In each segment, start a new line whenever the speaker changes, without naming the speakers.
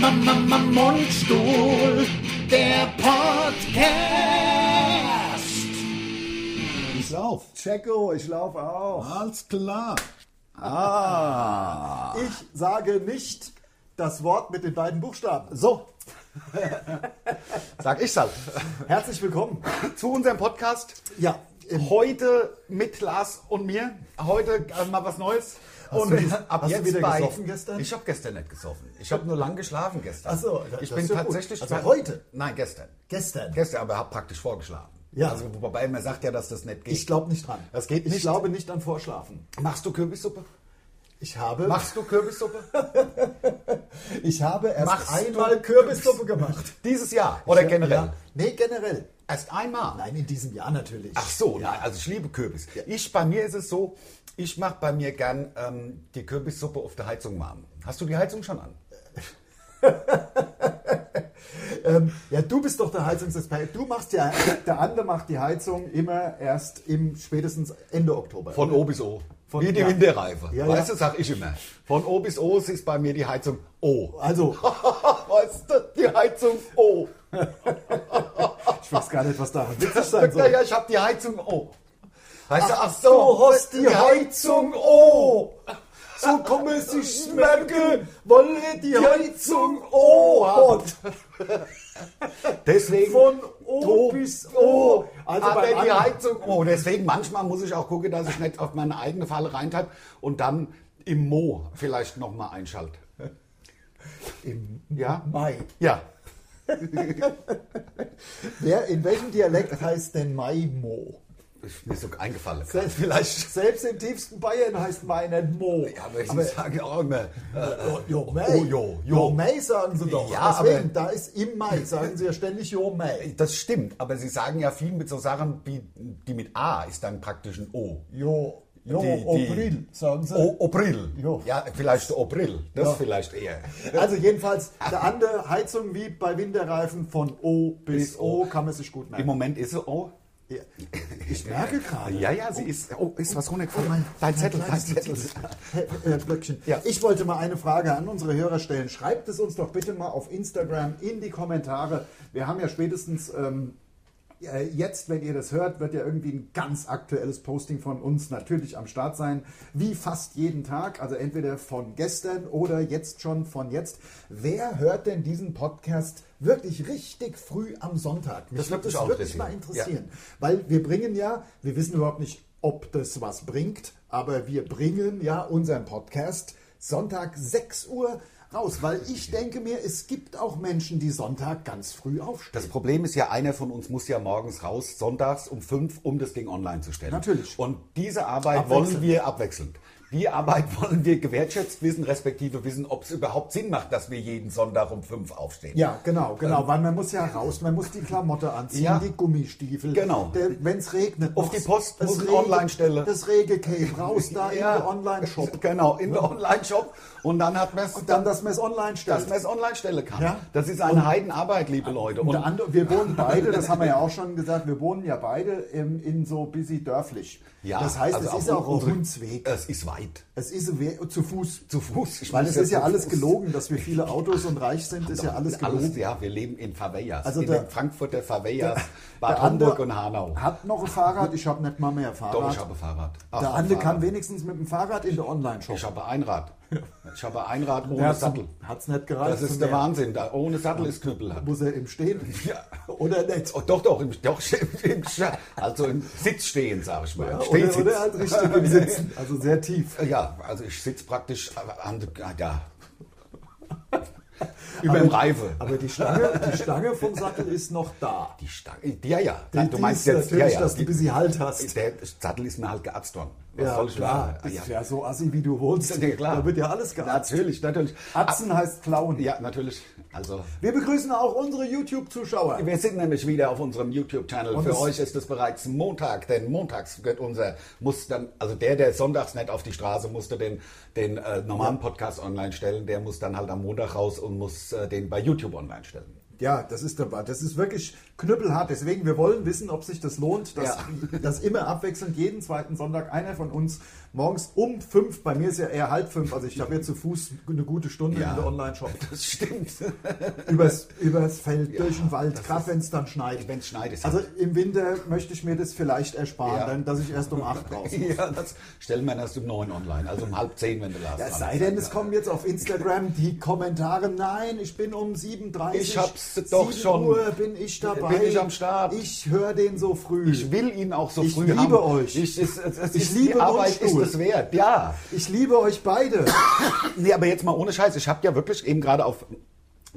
Mama, Mama, Mundstuhl, der Podcast.
Ich lauf.
Checo, ich laufe auch.
Alles klar.
Ah. Ich sage nicht das Wort mit den beiden Buchstaben.
So. Sag ich halt.
Herzlich willkommen.
Zu unserem Podcast.
Ja, im-
Heute mit Lars und mir. Heute äh, mal was Neues. Und
du wieder- hast du wieder
bei-
gesoffen gestern?
Ich habe gestern nicht gesoffen. Ich habe nur lang geschlafen gestern.
Ach so, das-
ich
das
bin
ist ja gut.
tatsächlich.
Also heute?
Nein, gestern.
gestern.
Gestern, aber habe praktisch vorgeschlafen.
Ja.
Also, wobei man sagt ja, dass das nicht geht.
Ich glaube nicht dran.
Das geht nicht.
Ich glaube nicht an Vorschlafen.
Machst du Kürbissuppe?
Ich habe,
Machst du Kürbissuppe?
ich habe erst
Machst
einmal
du-
Kürbissuppe gemacht.
Dieses Jahr oder
Ja,
generell?
Ja. Nee, generell.
Erst einmal.
Nein, in diesem Jahr natürlich.
Ach so, nein, also ich liebe Kürbis. Ich bei mir ist es so, ich mache bei mir gern ähm, die Kürbissuppe auf der Heizung warm. Hast du die Heizung schon an?
Ja, du bist doch der Heizungsexperte. Du machst ja, der andere macht die Heizung immer erst im spätestens Ende Oktober.
Von O bis O.
Von-
Wie die
ja.
Winterreife.
Ja,
weißt
ja.
du, sag ich immer. Von O bis O ist bei mir die Heizung O.
also,
weißt du, die Heizung O.
ich weiß gar nicht, was da witzig sein
Ja,
soll.
ja, ich habe die Heizung O. Weißt du, halt ach so,
du hast die Heizung
O.
So kann man sich merken, wolle die Heizung O hat.
Deswegen
Von O
Du-
bis O.
Also
Also
aber
beim
die
An-
Heizung. Oh, deswegen manchmal muss ich auch gucken, dass ich nicht auf meine eigene Falle reintreibe und dann im Mo vielleicht nochmal einschalte.
Im
Ja?
Mai.
Ja.
Wer, in welchem Dialekt heißt denn Mai Mo?
Ist mir so eingefallen.
Selbst,
Vielleicht.
selbst im tiefsten Bayern heißt Mai nicht Mo.
Ja, aber ich sage auch immer.
jo, äh, jo Mai.
Oh, jo, jo.
Mai sagen sie doch.
Ja,
Deswegen,
aber-
da ist im Mai, sagen sie ja ständig Jo Mai.
Das stimmt, aber sie sagen ja viel mit so Sachen, wie, die mit A ist dann praktisch ein O.
Jo, jo,
Die- die-
April, sagen sie.
O April.
Jo.
Ja, vielleicht der April. Das
Ja.
vielleicht eher.
Also jedenfalls, der andere Heizung wie bei Winterreifen von O bis O kann man sich gut
Im
merken.
Moment ist sie O.
Ja. Ich merke gerade.
Ja, ja, sie ist. Oh, ist was runtergefallen. Dein
Mein
Zettel, dein
kleines
Zettel.
Zettel. Äh, Blöckchen.
Ja.
Ich wollte mal eine Frage an unsere Hörer stellen. Schreibt es uns doch bitte mal auf Instagram in die Kommentare. Wir haben ja spätestens ähm, äh, jetzt, wenn ihr das hört, wird ja irgendwie ein ganz aktuelles Posting von uns natürlich am Start sein. Wie fast jeden Tag, also entweder von gestern oder jetzt schon von jetzt. Wer hört denn diesen Podcast wirklich richtig früh am Sonntag? Mich
Das wird mich
es
auch
wirklich mal
interessieren.
interessieren. Weil wir bringen ja, wir wissen überhaupt nicht, ob das was bringt, aber wir bringen ja unseren Podcast Sonntag 6 Uhr raus, weil ich denke mir, es gibt auch Menschen, die Sonntag ganz früh aufstehen.
Das Problem ist ja, einer von uns muss ja morgens raus, sonntags um fünf, um das Ding online zu stellen.
Natürlich.
Und diese Arbeit wollen
Abwechselnd.
wir abwechselnd. Die Arbeit wollen wir gewertschätzt wissen, respektive wissen, ob es überhaupt Sinn macht, dass wir jeden Sonntag um fünf aufstehen.
Ja, genau, genau, weil man muss ja raus, man muss die Klamotte anziehen,
Ja.
die Gummistiefel.
Genau.
Wenn es regnet,
Auf
noch
die Post
das
muss ich
Rege-
online stellen.
Das Regecape raus da
Ja.
in den Online-Shop.
Genau, in den Online-Shop. Und dann hat man es,
Und dann, dass man es online stellt.
dass man es online stellen kann.
Ja.
Das ist eine Heidenarbeit, liebe Leute. Und
Unter anderem, wir wohnen beide, das haben wir ja auch schon gesagt, wir wohnen ja beide in, in so busy dörflich. das heißt,
also
es ist ja auch
unsere-
ein Hundsweg.
Es ist weit.
Es ist we- zu Fuß.
Zu Fuß. Ich
Weil
muss
es ist ja
zu
alles
Fuß.
gelogen, dass wir viele Autos und reich sind, ist ja alles gelogen.
ja, wir leben in Favelas.
Also
in
der-
den Frankfurter Favelas,
Der
Bad
andere
Homburg und Hanau.
Hat noch ein Fahrrad, ich habe nicht mal mehr Fahrrad.
Doch, ich habe Fahrrad. Ach,
der andere
Fahrrad.
kann wenigstens mit dem Fahrrad in der Online-Shop.
Ich habe Einrad. Ich habe Einrad ohne Sattel.
Hat es nicht gereicht.
Das ist
zu
der
mehr.
Wahnsinn. Da ohne Sattel ist Knüppel.
Muss er im Stehen?
Ja.
Oder nicht?
Oh, doch, doch, im, doch im, im, Scha- also im Sitz stehen, sage ich mal.
Ja,
Stehsitz.
oder, oder halt richtig im Sitzen. Also sehr tief.
Ja, also ich sitze praktisch an, an, ja. über dem Reife.
Aber die Stange, die Stange vom Sattel ist noch da.
Die Stange, ja, ja.
Die- die ist natürlich, dass du ein
die-
bisschen Halt hast.
Der Sattel ist mir halt geatzt worden. Was soll ich
klar.
machen? Ah,
Ist ja so assi, wie du wohnst.
Ja, klar.
Da wird ja alles geatzt.
Natürlich, natürlich.
Atzen heißt Klauen.
Ja, natürlich. Also,
Wir begrüßen auch unsere YouTube-Zuschauer.
wir sind nämlich wieder auf unserem YouTube-Channel.
Und
Für
es-
euch ist es bereits Montag, denn montags wird unser, muss dann, also der, der sonntags nicht auf die Straße musste, den, den äh, normalen Podcast online stellen, der muss dann halt am Montag raus und muss äh, den bei YouTube online stellen.
Ja, das ist der Das ist wirklich knüppelhart. Deswegen, wir wollen wissen, ob sich das lohnt, dass, dass immer abwechselnd jeden zweiten Sonntag einer von uns morgens um fünf, bei mir ist ja eher halb fünf, also ich habe jetzt zu Fuß eine gute Stunde
Ja.
in der Online-Shop.
Das stimmt.
Übers, übers Feld, durch den Wald,
das
gerade
ist-
wenn es dann schneit.
Wenn es schneit, ist
Also im Winter möchte ich mir das vielleicht ersparen,
Ja.
dann, dass ich erst um acht raus muss.
ja, das stellen wir erst um neun online, also um halb zehn, wenn du last
Ja, es
dran
sei
bist.
denn, es kommen jetzt auf Instagram die Kommentare, nein, ich bin um 7.30
Ich hab's doch
7
schon.
Uhr bin ich dabei.
Bin ich am Start.
Ich höre den so früh.
Ich will ihn auch so
Ich
früh
liebe
haben.
euch.
Ich, es, es, es
Ich
ist,
liebe
die Arbeit ist
Mundstuhl.
es wert. Ja.
Ich liebe euch beide.
Nee, aber jetzt mal ohne Scheiß. Ich habe ja wirklich eben gerade auf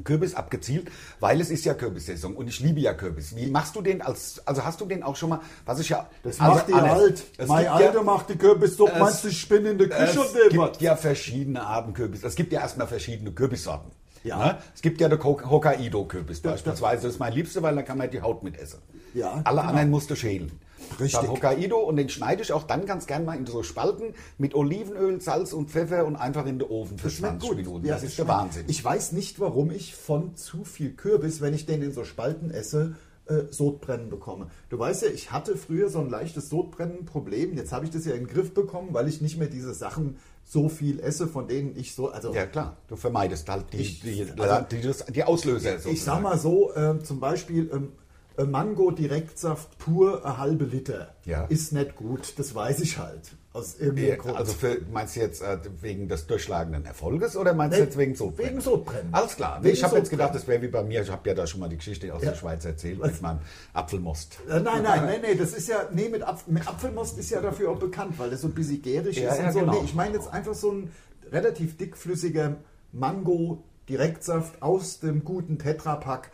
Kürbis abgezielt, weil es ist ja Kürbissaison und ich liebe ja Kürbis. Wie machst du den als, also hast du den auch schon mal, was ich ja...
Das
also
macht ihr
Anne,
alt.
es
Mein
gibt
Alter
ja,
macht die Kürbissuppe.
Es-
Meinst du, ich bin in der Küche
es
und nehme was?
gibt ja verschiedene Arten Kürbis. Es gibt ja erstmal verschiedene Kürbissorten.
Ja.
Ne? Es gibt ja den Hok- Hokkaido-Kürbis beispielsweise. Das ist mein Liebster, weil da kann man die Haut mit essen.
Ja,
Alle
genau.
anderen musst du schälen.
Richtig.
Beim Hokkaido und den schneide ich auch dann ganz gern mal in so Spalten mit Olivenöl, Salz und Pfeffer und einfach in den Ofen für 20 Minuten.
Ja,
das
es
ist der
schmeckt.
Wahnsinn.
Ich weiß nicht, warum ich von zu viel Kürbis, wenn ich den in so Spalten esse, äh, Sodbrennen bekomme. Du weißt ja, ich hatte früher so ein leichtes Sodbrennen-Problem. Jetzt habe ich das ja in den Griff bekommen, weil ich nicht mehr diese Sachen so viel esse, von denen ich so. Also
Ja, klar. Du vermeidest halt die,
Ich-
die,
also-
die, das- die Auslöser.
Ich sag
sozusagen.
mal so, ähm, zum Beispiel ähm, äh, Mango-Direktsaft pur, eine halbe Liter,
Ja.
ist nicht gut. Das weiß ich halt. Aus irgendeinem
Ja,
Grund.
Also für, meinst du jetzt äh, wegen des durchschlagenden Erfolges oder meinst du
Nee,
jetzt wegen Sodbrennen?
wegen Sodbrennen.
Alles klar. Nee,
Wegen
ich habe jetzt
Sodbrennen.
gedacht, das wäre wie bei mir. Ich habe ja da schon mal die Geschichte aus
Ja.
der Schweiz erzählt mit meinem Apfelmost.
Äh, Nein, nein, nein, nein, das ist ja, nee, mit, Apf mit Apfelmost ist ja dafür auch bekannt, weil das so ein bisschen gärig
Ja,
ist.
ja,
und so.
genau.
nee, ich meine jetzt einfach so ein relativ dickflüssiger Mango-Direktsaft aus dem guten Tetra-Pack.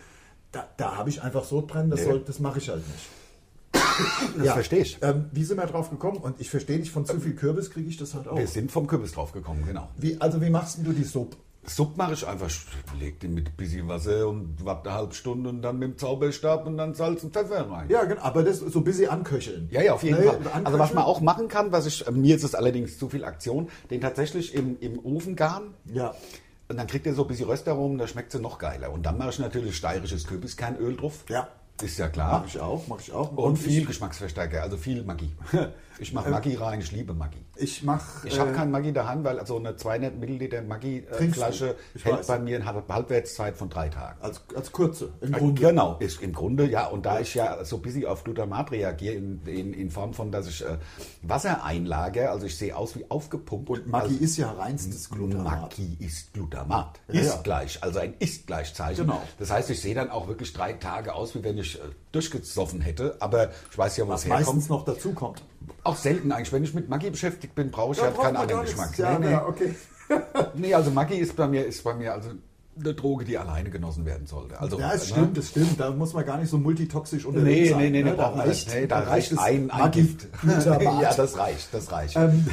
Da, da habe ich einfach Sodbrennen, das,
Nee.
soll, das mache ich halt nicht.
Das verstehe ich.
Ähm, wie sind wir drauf gekommen? Und ich verstehe nicht, von zu viel Kürbis kriege ich das halt auch.
Wir sind vom Kürbis drauf gekommen, genau.
Wie, also wie machst denn du die Sub?
Sub mache ich einfach, ich leg den mit ein bisschen Wasser und warte eine halbe Stunde und dann mit dem Zauberstab und dann Salz und Pfeffer rein.
Ja, genau, aber das so ein bisschen anköcheln.
Ja, ja, auf jeden
Nee,
Fall.
anköcheln.
Also was man auch machen kann, was ich, äh, mir ist es allerdings zu viel Aktion, den tatsächlich im, im Ofen garen.
Ja.
Und dann kriegt ihr so ein bisschen Röstaromen, da schmeckt sie noch geiler. Und dann mache ich natürlich steirisches Kürbiskernöl drauf.
Ja.
Ist ja klar.
Mach ich auch, mach ich auch.
Und, viel
ich, Ähm,
Geschmacksverstärker, also viel Maggi. Ich mache Maggi rein, ich liebe Maggi.
ich mach.
Ich habe kein Maggi daheim, weil so eine 200 Milliliter
Trinkst du?
Maggi-Flasche
Ich
hält
weiß.
bei mir eine Halb- Halbwertszeit von drei Tagen.
Als, als kurze, im
Ja,
Grunde.
Genau, ist im Grunde, ja. Und da ich ja so ein bisschen auf Glutamat reagiere, in, in, in Form von, dass ich äh, Wasser einlage, also ich sehe aus wie aufgepumpt. Und
Maggi
also,
ist ja reinstes Glutamat.
Maggi ist Glutamat.
Ja,
ist
ja.
gleich, also ein Ist-Gleichzeichen.
Genau.
Das heißt, ich sehe dann auch wirklich drei Tage aus, wie wenn ich äh, durchgesoffen hätte. Aber ich weiß ja, wo es
Was
herkommt.
meistens noch dazu kommt.
Auch selten eigentlich. Wenn ich mit Maggi beschäftigt bin, brauche ich halt
braucht
keinen
man
anderen
gar
Geschmack.
nichts. Ja,
Nee, nee.
ja, okay.
Nee, also Maggi ist bei mir, ist bei mir also eine Droge, die alleine genossen werden sollte. Also,
Ja, es
ne?
stimmt, es stimmt. Da muss man gar nicht so multitoxisch
Nee,
unterwegs sein.
nee, nee,
ne?
nee, brauchen wir nicht. Nee, da reicht
das
ein, ein
Maggi
Gift.
Glutamat.
ja, das reicht, das reicht.
Ähm,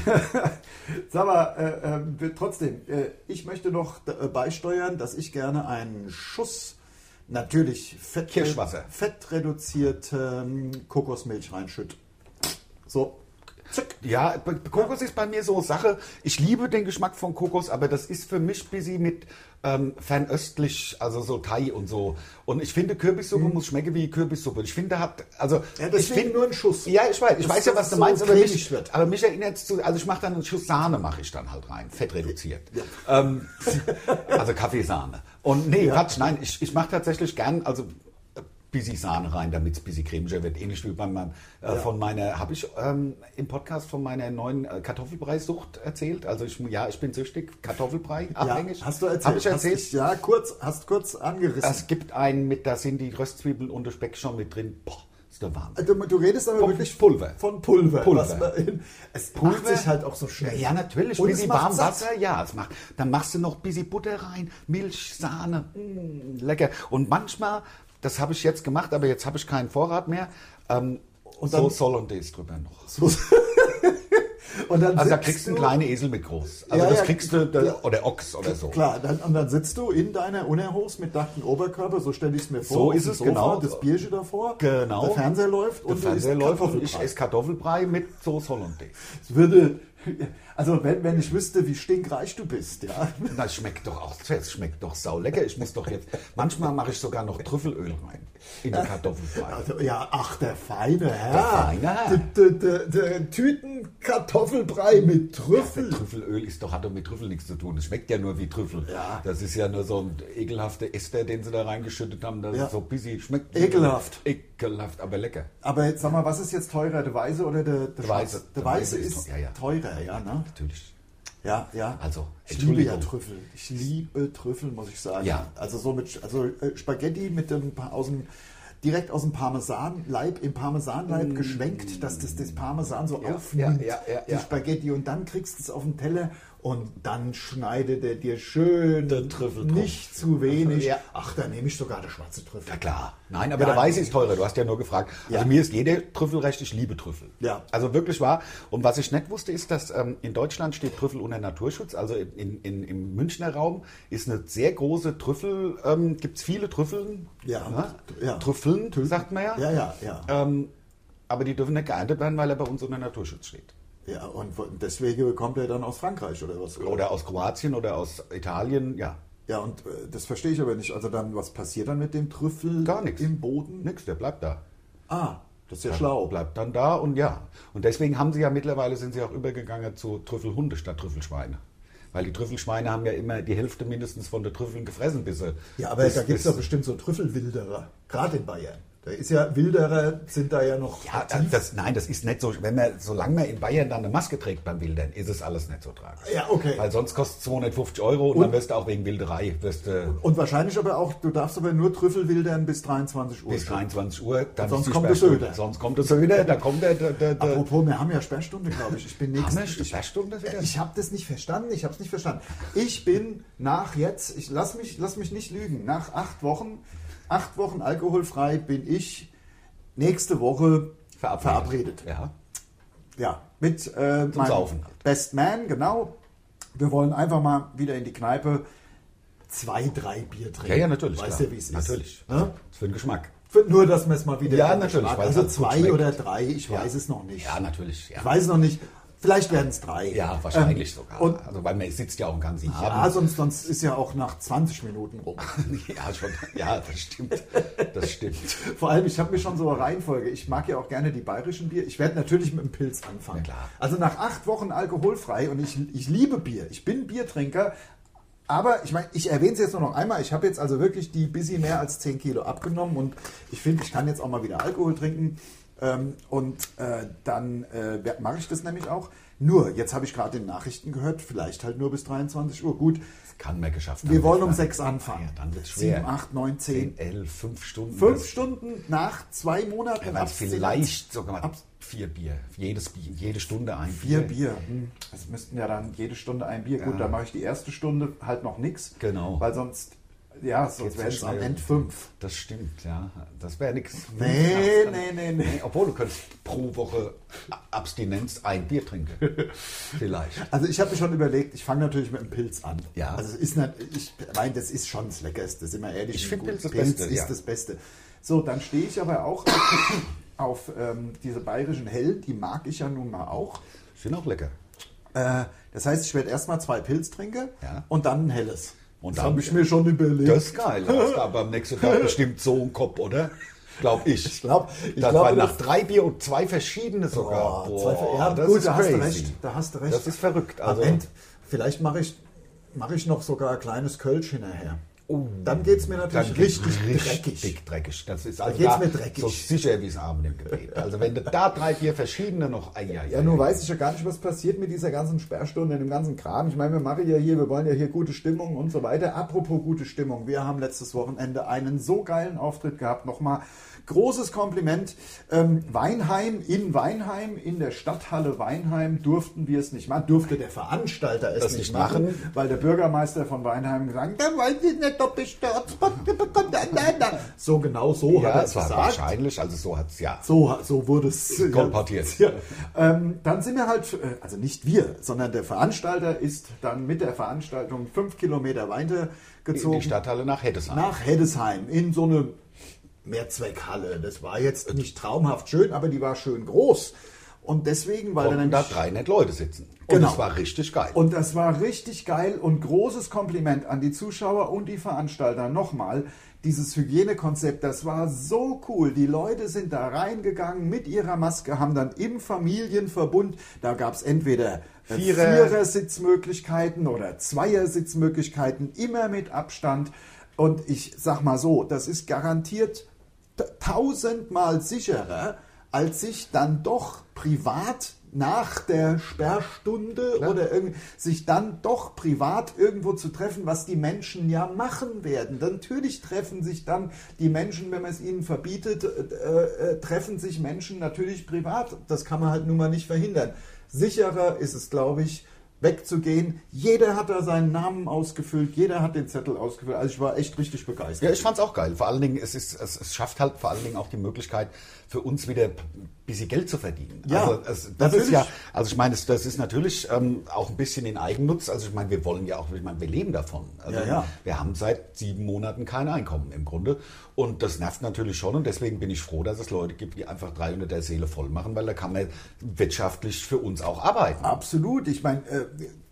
Sag mal, äh, ähm, wir- trotzdem, äh, ich möchte noch äh, beisteuern, dass ich gerne einen Schuss, natürlich fett,
Kirschwasser.
fettreduzierte ähm, Kokosmilch reinschütt. So, zack.
ja, K- Kokos ist bei mir so Sache. Ich liebe den Geschmack von Kokos, aber das ist für mich busy mit ähm, fernöstlich, also so Thai und so. Und ich finde, Kürbissuppe muss schmecken wie Kürbissuppe. Ich finde, hat, also.
Mhm. Ja,
ich
deswegen
finde
nur ein Schuss.
Ja, ich weiß, ich
Dass
weiß ja,
das
was du
so
meinst, aber
cremig
mich,
wird.
aber mich erinnert es zu, also ich mache dann einen Schuss Sahne, mache ich dann halt rein, fett reduziert. Ähm, also Kaffeesahne. Und nee, Quatsch, nein, ich, ich mache tatsächlich gern, also äh, bisschen Sahne rein, damit es ein bisschen cremiger wird. Ähnlich wie bei meinem, äh, von meiner, habe ich ähm, im Podcast von meiner neuen äh, Kartoffelbrei-Sucht erzählt? Also ich, ja, ich bin süchtig, Kartoffelbrei abhängig.
Ja, hast du erzählt?
Habe ich erzählt?
Hast, dich- ja, kurz, hast kurz angerissen.
es gibt einen mit, da sind die Röstzwiebeln und der Speck schon mit drin. Boah, ist der Wahnsinn.
Also, Du, du redest aber
Vom
wirklich
Pulver.
Von Pulver.
Pulver.
Was man in, es
Pulver?
macht sich halt auch so schnell.
Ja, natürlich.
Und es
bisschen
macht
warm
satt.
Wasser, ja, es macht. Dann machst du noch ein bisschen Butter rein, Milch, Sahne, mm, lecker. Und manchmal, das habe ich jetzt gemacht, aber jetzt habe ich keinen Vorrat mehr. Ähm, und dann, so
dann-
Hollandaise drüber noch.
Und dann
Also da
sitzt
kriegst du
du
einen kleinen Esel mit groß. Also
Ja,
das
ja,
kriegst du, da,
klar.
oder Ochs oder so.
Klar, dann, und dann sitzt du in deiner Unterhose mit nacktem Oberkörper, so stelle ich es mir vor.
So
auf
ist
dem
es, genau.
Das Bierchen davor,
Genau.
der Fernseher läuft
Der
du
Fernseher
isst
läuft und ich
Kartoffelbrei.
esse Kartoffelbrei mit Soße Hollandaise.
Es würde Also wenn, wenn ich wüsste, wie stinkreich du bist, ja.
Na, es schmeckt doch auch, es schmeckt doch saulecker. Ich muss doch jetzt, manchmal mache ich sogar noch Trüffelöl rein in die Kartoffelfrei.
Also, ja, ach, der feine Herr.
Der feine Herr.
Der, der, der Tütenkartoffelbrei mit Trüffel.
Trüffelöl ist doch, hat doch mit Trüffel nichts zu tun. Es schmeckt ja nur wie Trüffel.
Ja.
Das ist ja nur so ein ekelhafter Ester, den sie da reingeschüttet haben. Das
Ja.
ist so busy. Schmeckt
Ekelhaft.
Ekelhaft, aber lecker.
Aber jetzt sag mal, was ist jetzt teurer, der Weiße oder der, der, Schwarze?
Weiße.
Der
Der
Weiße
Weiße ist
ist
teuer, ja, ja.
teurer, ja, ne?
Natürlich.
Ja, ja.
Also,
ich liebe ja
Entschuldigung.
Trüffel. Ich liebe Trüffel, muss ich sagen.
Ja.
Also so mit also äh, Spaghetti mit dem Pa- aus dem direkt aus dem Parmesanleib im Parmesanleib geschwenkt, dass das das Parmesan so
Mm. Ja,
aufnimmt,
ja, ja, ja,
die
ja.
Spaghetti und dann kriegst du es auf den Teller und dann schneidet er dir schön
Den Trüffel drauf.
nicht zu wenig.
Ja.
Ach, da nehme ich sogar den schwarze Trüffel.
Ja klar. Nein, aber
Ja,
der Weiße
nee.
ist teurer. Du hast ja nur gefragt.
Ja.
Also mir ist jeder Trüffel recht. Ich liebe Trüffel.
Ja.
Also wirklich wahr. Und was ich nicht wusste, ist, dass ähm, in Deutschland steht Trüffel unter Naturschutz. Also in, in, im Münchner Raum ist eine sehr große Trüffel. Ähm, Gibt es viele Trüffeln?
Ja.
Ne?
Ja.
Trüffeln, sagt man ja.
Ja, ja, ja.
Ähm, aber die dürfen nicht geerntet werden, weil er bei uns unter Naturschutz steht.
Ja, und wo- deswegen kommt er dann aus Frankreich oder was?
Oder aus Kroatien oder aus Italien. Ja.
Ja, und äh, das verstehe ich aber nicht. Also dann, was passiert dann mit dem Trüffel
Gar nichts.
im Boden?
Nix, der bleibt da.
Ah, das ist ja schlau.
Bleibt dann da und ja. Und deswegen haben sie ja mittlerweile sind sie auch übergegangen zu Trüffelhunde statt Trüffelschweine. Weil die Trüffelschweine haben ja immer die Hälfte mindestens von der Trüffeln gefressen, bis sie.
Ja, aber
bis-
da gibt es
bis-
doch bestimmt so Trüffelwilderer, gerade in Bayern. Da ist ja Wilderer sind da ja noch
Ja,
aktiv.
das, nein, das ist nicht so. Wenn man, solange man in Bayern dann eine Maske trägt beim Wildern, ist es alles nicht so tragisch.
Ja, okay.
Weil sonst kostet es 250 Euro und, dann wirst du auch wegen Wilderei wirst, du
Und wahrscheinlich aber auch, du darfst aber nur Trüffelwildern bis 23 Uhr.
bis 23 Uhr. Dann
Sonst
ist die
kommt der
Sperrstunde.
Söder.
Sonst kommt der Söder, da kommt der. der, der, der
Apropos, wir haben ja Sperrstunde, glaube ich. Ich bin
Äh, Haben wir
nächsten.
eine Sperrstunde wieder?
Ich habe das nicht verstanden, ich habe es nicht verstanden. Ich bin nach jetzt, ich lass mich, lass mich nicht lügen, nach acht Wochen, acht Wochen alkoholfrei bin ich nächste Woche verabredet.
Ja.
Ja, mit äh, meinem
Saufen.
Best Man, genau. Wir wollen einfach mal wieder in die Kneipe zwei, drei Bier trinken.
Ja, ja, natürlich.
Weißt
klar.
du, wie es ist?
Natürlich.
Ne?
Für den Geschmack.
Für- Nur, dass wir es mal wieder.
Ja,
in den
natürlich,
Geschmack-
weil es
Also
halt gut
zwei
schmeckt.
oder drei, ich weiß es noch nicht.
Ja, natürlich. Ja,
Ich weiß noch nicht. Vielleicht werden es drei.
ja wahrscheinlich
Ähm,
sogar.
Und
also, weil man sitzt ja auch den ganzen
ja, also-
Abend.
sonst, sonst ist ja auch nach 20 Minuten rum.
ja, schon, ja, das stimmt. Das stimmt.
Vor allem, ich habe mir schon so eine Reihenfolge. Ich mag ja auch gerne die bayerischen Bier. Ich werde natürlich mit dem Pilz anfangen.
Ja, klar.
Also nach acht Wochen alkoholfrei und ich, ich liebe Bier. Ich bin Biertrinker. Aber ich meine, ich erwähne es jetzt nur noch einmal. Ich habe jetzt also wirklich die busy mehr als 10 Kilo abgenommen und ich finde, ich kann jetzt auch mal wieder Alkohol trinken. Ähm, und äh, dann äh, mache ich das nämlich auch. Nur, jetzt habe ich gerade in den Nachrichten gehört, vielleicht halt nur bis 23 Uhr. Gut,
Das kann man geschafft
wir
haben.
wollen um
Dann-
6 anfangen.
Ja, dann wird es schwer.
7, 8, 9, 10.
10, 11, 5 Stunden.
Fünf
Das-
Stunden nach zwei Monaten.
Ja, weil
abstinent.
vielleicht sogar mal
Ab-
vier Bier. Jedes Bier, jede Stunde ein
Vier Bier. Hm. Das müssten ja dann jede Stunde ein Bier. Gut, da mache ich die erste Stunde halt noch nichts.
Genau.
Weil sonst, ja, sonst
Geht's
wären es
so
am
schnell.
Ende fünf.
Das stimmt, ja. Das wäre nichts.
Nee, nee, nee, nee.
Obwohl du könntest pro Woche Abstinenz ein Bier trinken. Vielleicht.
Also ich habe mir schon überlegt, ich fange natürlich mit dem Pilz an.
Ja.
Also es ist nicht, ich meine, das ist schon das Leckerste, sind wir ehrlich.
Ich
Ein
find
gutes
Pilz das Beste,
ist
ja.
das Beste. So, dann stehe ich aber auch auf, auf ähm, diese bayerischen Hellen, die mag ich ja nun mal auch.
Sind auch lecker.
Äh, das heißt, ich werde erstmal zwei Pilz trinken
Ja.
und dann ein helles.
Und
das
dann-
habe ich mir schon überlegt.
Das ist geil. Da hast du aber am nächsten Tag bestimmt so einen Kopf, oder? Glaub ich. Ich
glaub- ich
das
glaube,
war nach
das-
drei Bier und zwei verschiedene sogar.
Boah, Oh, zwei Ver- ja,
das
gut,
ist
da hast du
crazy.
recht. Da hast du recht.
Das ist verrückt.
Also.
Also,
Moment, vielleicht mache ich, mache ich noch sogar ein kleines Kölsch hinterher. dann geht es mir
Oh. dann
natürlich
geht's
richtig, dreckig.
richtig dreckig. Das ist also
geht's
da
mir dreckig.
so sicher wie es Abend im Gebet. Also wenn du da drei Bier verschiedene noch, ei, ei,
Ja, nur weiß ich ja gar nicht, was passiert mit dieser ganzen Sperrstunde, dem ganzen Kram. Ich meine, wir machen ja hier, wir wollen ja hier gute Stimmung und so weiter. Apropos gute Stimmung, wir haben letztes Wochenende einen so geilen Auftritt gehabt. Nochmal großes Kompliment. Ähm, Weinheim, in Weinheim, in der Stadthalle Weinheim durften wir es nicht machen, durfte der Veranstalter es
Das
nicht
nicht
machen,
machen.
weil der Bürgermeister von Weinheim gesagt hat, da weiß ich nicht, ob ich Staatsbürger bekomme. Nein, nein. So genau so hat
ja,
er
es
es
war
gesagt.
wahrscheinlich. Also so hat es ja.
So, so wurde es äh,
Kolportiert.
Ja. Ähm, dann sind wir halt, äh, also nicht wir, sondern der Veranstalter ist dann mit der Veranstaltung fünf Kilometer weiter
in die
gezogen
Stadthalle nach Heddesheim.
nach Heddesheim in so
Äh.
eine Mehrzweckhalle. Das war jetzt nicht traumhaft schön, aber die war schön groß. Und deswegen, weil dann
Konnten da 300 Leute sitzen. Und
Genau.
das war richtig geil.
Und das war richtig geil und großes Kompliment an die Zuschauer und die Veranstalter nochmal. Dieses Hygienekonzept, das war so cool. Die Leute sind da reingegangen mit ihrer Maske, haben dann im Familienverbund, da gab es entweder äh,
Vierer-
Vierersitzmöglichkeiten oder Zweiersitzmöglichkeiten, immer mit Abstand. Und ich sag mal so, das ist garantiert t- tausendmal sicherer, als sich dann doch privat nach der Sperrstunde oder irgend, sich dann doch privat irgendwo zu treffen, was die Menschen ja machen werden. Natürlich treffen sich dann die Menschen, wenn man es ihnen verbietet, äh, äh, treffen sich Menschen natürlich privat. Das kann man halt nun mal nicht verhindern. Sicherer ist es, glaube ich, wegzugehen. Jeder hat da seinen Namen ausgefüllt, jeder hat den Zettel ausgefüllt. Also ich war echt richtig begeistert.
Ja, ich fand's auch geil. Vor allen Dingen, es, ist, es, es schafft halt vor allen Dingen auch die Möglichkeit, für uns wieder ein bisschen Geld zu verdienen.
Ja,
also, es, das
natürlich.
ist ja, also ich meine, das, das ist natürlich ähm, auch ein bisschen in Eigennutz. Also ich meine, wir wollen ja auch, ich meine, wir leben davon. Also,
Ja, ja.
Wir haben seit sieben Monaten kein Einkommen im Grunde. Und das nervt natürlich schon. Und deswegen bin ich froh, dass es Leute gibt, die einfach 300 der Seele voll machen, weil da kann man wirtschaftlich für uns auch arbeiten.
Absolut. Ich meine, äh,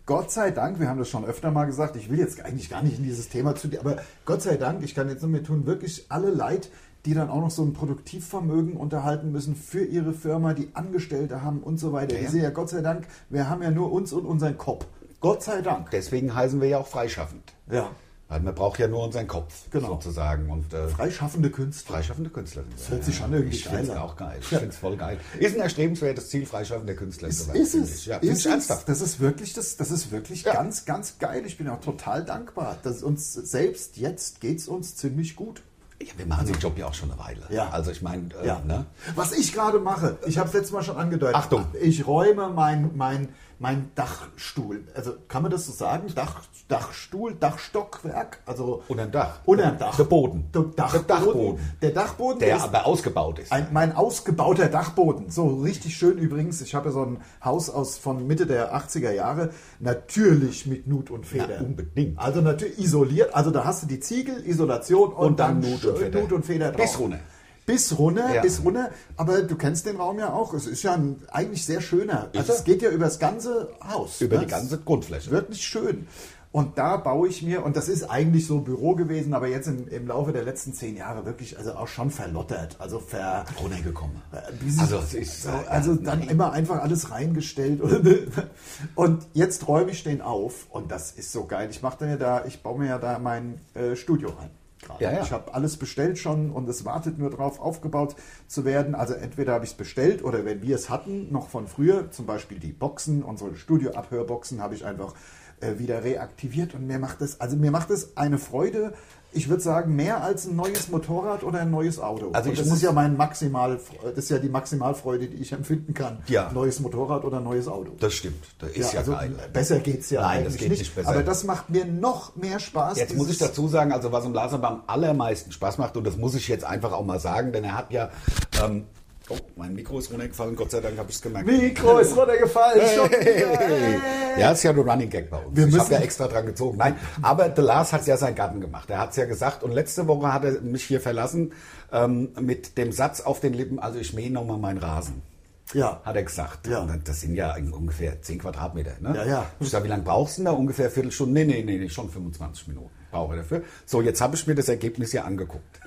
Gott sei Dank, wir haben das schon öfter mal gesagt, ich will jetzt eigentlich gar nicht in dieses Thema zu dir, aber Gott sei Dank, ich kann jetzt nur mir tun, wirklich alle leid, die dann auch noch so ein Produktivvermögen unterhalten müssen für ihre Firma, die Angestellte haben und so weiter.
Ja,
Ich
ja.
sehe ja Gott sei Dank, wir haben ja nur uns und unseren Kopf. Gott sei Dank.
Deswegen heißen wir ja auch freischaffend.
Ja.
Weil man braucht ja nur unseren Kopf
Genau.
sozusagen. Und, äh,
Freischaffende Künstler.
Freischaffende Künstlerin. Das
hört sich schon irgendwie
Ich finde es
geil an.
auch geil. Ich finde es voll geil. Ist ein erstrebenswertes Ziel, freischaffender Künstler zu
Ist,
werden,
ist
finde
es.
ich. Ja,
ist
ist
es.
ernsthaft.
Das ist wirklich, das, das ist wirklich
Ja.
ganz, ganz geil. Ich bin auch total dankbar. Dass uns selbst jetzt geht es uns ziemlich gut.
Ja, wir machen den Job Also ja auch schon eine Weile.
Ja.
Also ich meine, äh,
Ja.
ne?
Was ich gerade mache, ich habe es letztes Mal schon angedeutet.
Achtung.
Ich räume mein, mein, mein Dachstuhl. Also kann man das so sagen? Dach, Dachstuhl, Dachstockwerk? Also
Unterm Dach.
Unterm Dach.
Der Boden.
Der Dachboden.
Der Dachboden.
Der Dachboden
Der
ist
aber ausgebaut ist.
ein, mein ausgebauter Dachboden. So richtig schön übrigens. Ich habe ja so ein Haus aus von Mitte der 80er Jahre. Natürlich mit Nut und Feder.
Na, unbedingt.
Also natürlich isoliert. Also da hast du die Ziegel, Isolation und,
Und dann Nut und
schön
Feder.
Nut und Feder drauf.
Bis runter.
Bis runter,
Ja.
bis runter. Aber du kennst den Raum ja auch. Es ist ja ein, eigentlich sehr schöner. Also
er?
es geht ja über das ganze Haus.
über
ne?
die ganze Grundfläche.
Wirklich schön. Und da baue ich mir, und das ist eigentlich so Büro gewesen, aber jetzt im, im Laufe der letzten zehn Jahre wirklich, also auch schon verlottert, also ver,
runtergekommen.
bis-
Also es ist
so,
äh,
also
ja,
dann
nein.
immer einfach alles reingestellt und, und jetzt räume ich den auf und das ist so geil. Ich mache mir da, ich baue mir ja da mein äh, Studio ein. gerade.
Ja, ja.
Ich habe alles bestellt schon und es wartet nur drauf, aufgebaut zu werden. Also entweder habe ich es bestellt oder wenn wir es hatten, noch von früher, zum Beispiel die Boxen, unsere Studio-Abhörboxen habe ich einfach äh, wieder reaktiviert und mir macht das, also mir macht das eine Freude. Ich würde sagen, mehr als ein neues Motorrad oder ein neues Auto.
Also
und
ich
das
muss-
ist ja mein maximal, das ist ja die Maximalfreude, die ich empfinden kann.
Ja.
Neues Motorrad oder neues Auto.
Das stimmt. Das ist ja,
also
geil.
Besser geht's ja
Nein, das
eigentlich
geht
nicht.
nicht besser.
Aber das macht mir noch mehr Spaß.
Jetzt muss ich
dieses-
dazu sagen, also was im Laserbe am allermeisten Spaß macht, und das muss ich jetzt einfach auch mal sagen, denn er hat ja. Ähm, oh, mein Mikro ist runtergefallen, Gott sei Dank habe ich es gemerkt.
Mikro ist runtergefallen. Schon
Hey.
wieder.
Ja, ist ja nur Running Gag bei uns.
Wir
ich
müssen-
habe ja extra dran gezogen. Nein, aber The Lars hat ja seinen Garten gemacht. Er hat es ja gesagt. Und letzte Woche hat er mich hier verlassen ähm, mit dem Satz auf den Lippen, also ich mähe nochmal meinen Rasen.
Ja.
Hat er gesagt.
Ja.
Und das sind ja ungefähr 10 Quadratmeter. Ne?
Ja, ja.
Ich sag, wie lange brauchst du denn da? Ungefähr eine Viertelstunde? Nee, nee, nee, nee schon 25 Minuten brauche ich dafür. So, jetzt habe ich mir das Ergebnis hier angeguckt.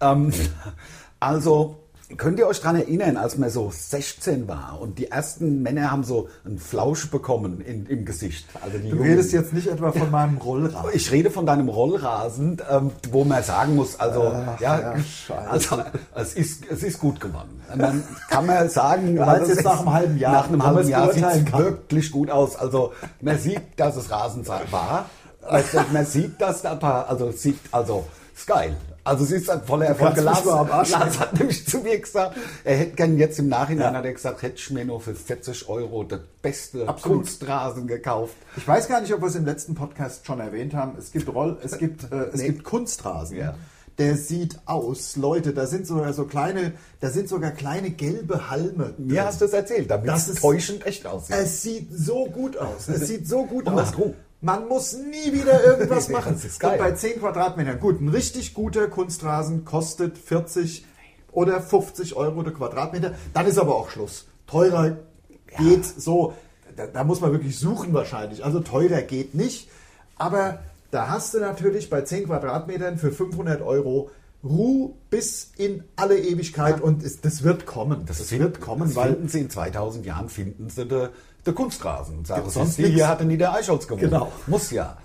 Ähm, also, könnt ihr euch daran erinnern, als man so 16 war und die ersten Männer haben so einen Flausch bekommen in, im Gesicht? Also die
Du
Jungen.
redest jetzt nicht etwa von meinem Rollrad.
Ich rede von deinem Rollrasen, ähm, wo man sagen muss, also, ja,
ja, scheiße.
also es, ist, es ist gut geworden. Dann kann man sagen,
meinst
also
jetzt
es
nach
ist-
einem halben Jahr,
nach einem
wo
halben
man's
Jahr sieht
beurteilen
es
kann.
wirklich gut aus. Also man sieht, dass es Rasen war. Also, man sieht, dass da ein paar, also es sieht, also es ist geil. Also es ist ein voller Erfolg.
kannst mich
Lars,
mal am Arsch
Lars hat nämlich zu mir gesagt, er hätte gern jetzt im Nachhinein, hat er gesagt, hätte ich mir nur für 40 Euro das beste
Absolut.
Kunstrasen gekauft.
Ich weiß gar nicht, ob wir es im letzten Podcast schon erwähnt haben. Es gibt Roll, es gibt, äh, es gibt Kunstrasen.
Ja.
Der sieht aus, Leute, da sind sogar so kleine, da sind sogar kleine gelbe Halme. drin.
Mir hast du es erzählt, damit
Äh, Das
es
ist- Äh,
täuschend echt aussieht.
Es sieht so gut aus. Es sieht so gut
Und
aus.
das Gro.
Man muss nie wieder irgendwas
Nee,
machen.
das ist geil.
Und bei 10 Quadratmetern, gut, ein richtig guter Kunstrasen kostet 40 oder 50 Euro der Quadratmeter. Dann ist aber auch Schluss. teurer geht so. Da, da muss man wirklich suchen wahrscheinlich. Also teurer geht nicht. Aber da hast du natürlich bei 10 Quadratmetern für 500 Euro Ruhe bis in alle Ewigkeit und es, das wird kommen. Das, wird kommen,
das
weil
finden sie in 2000 Jahren finden sie der de Kunstrasen und sagen,
Gibt's
sonst
sonst
die hier
nix.
hatte nie der Eichholz gewohnt.
Genau.
Muss ja.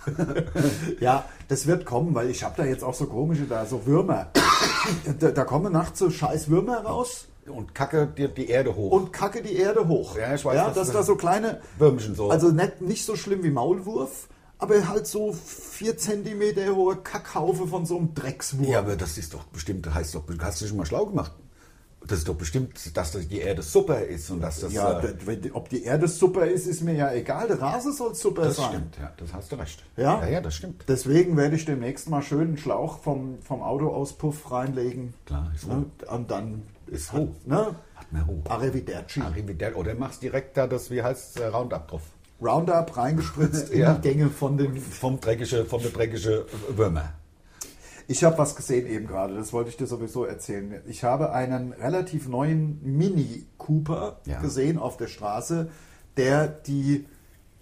Ja, das wird kommen, weil ich habe da jetzt auch so komische, da so Würmer. da, da kommen nachts so scheiß Würmer raus
Und kacke dir die Erde hoch.
und kacke die Erde hoch.
Ja, ich weiß,
ja
dass
dass
das-
da so kleine
Würmchen so.
Also nicht, nicht so schlimm wie Maulwurf, aber halt so vier Zentimeter hohe Kackhaufe von so einem Dreckswurm.
ja, aber das ist doch bestimmt, das heißt doch, hast du dich mal schlau gemacht? Das ist doch bestimmt, dass das die Erde super ist und dass das.
Ja,
äh,
d- wenn- ob die Erde super ist, ist mir ja egal. Der Rasen soll super
das
sein.
stimmt, ja, das hast du recht.
Ja?
ja, ja das stimmt.
Deswegen werde ich demnächst mal schön einen Schlauch vom, vom Autoauspuff reinlegen.
Klar, ist
ne? Und dann
Ist
hat,
Ruhe.
ne?
Hat mehr Ruhe.
Arrivederci.
Arrivederci. Oder machst direkt da das, wie heißt es, Roundup drauf.
Roundup reingespritzt in
Ja.
die Gänge von dem.
Vom dreckige, vom dreckige Würmer.
Ich habe was gesehen eben gerade, das wollte ich dir sowieso erzählen. Ich habe einen relativ neuen Mini Cooper
Ja.
gesehen auf der Straße, der die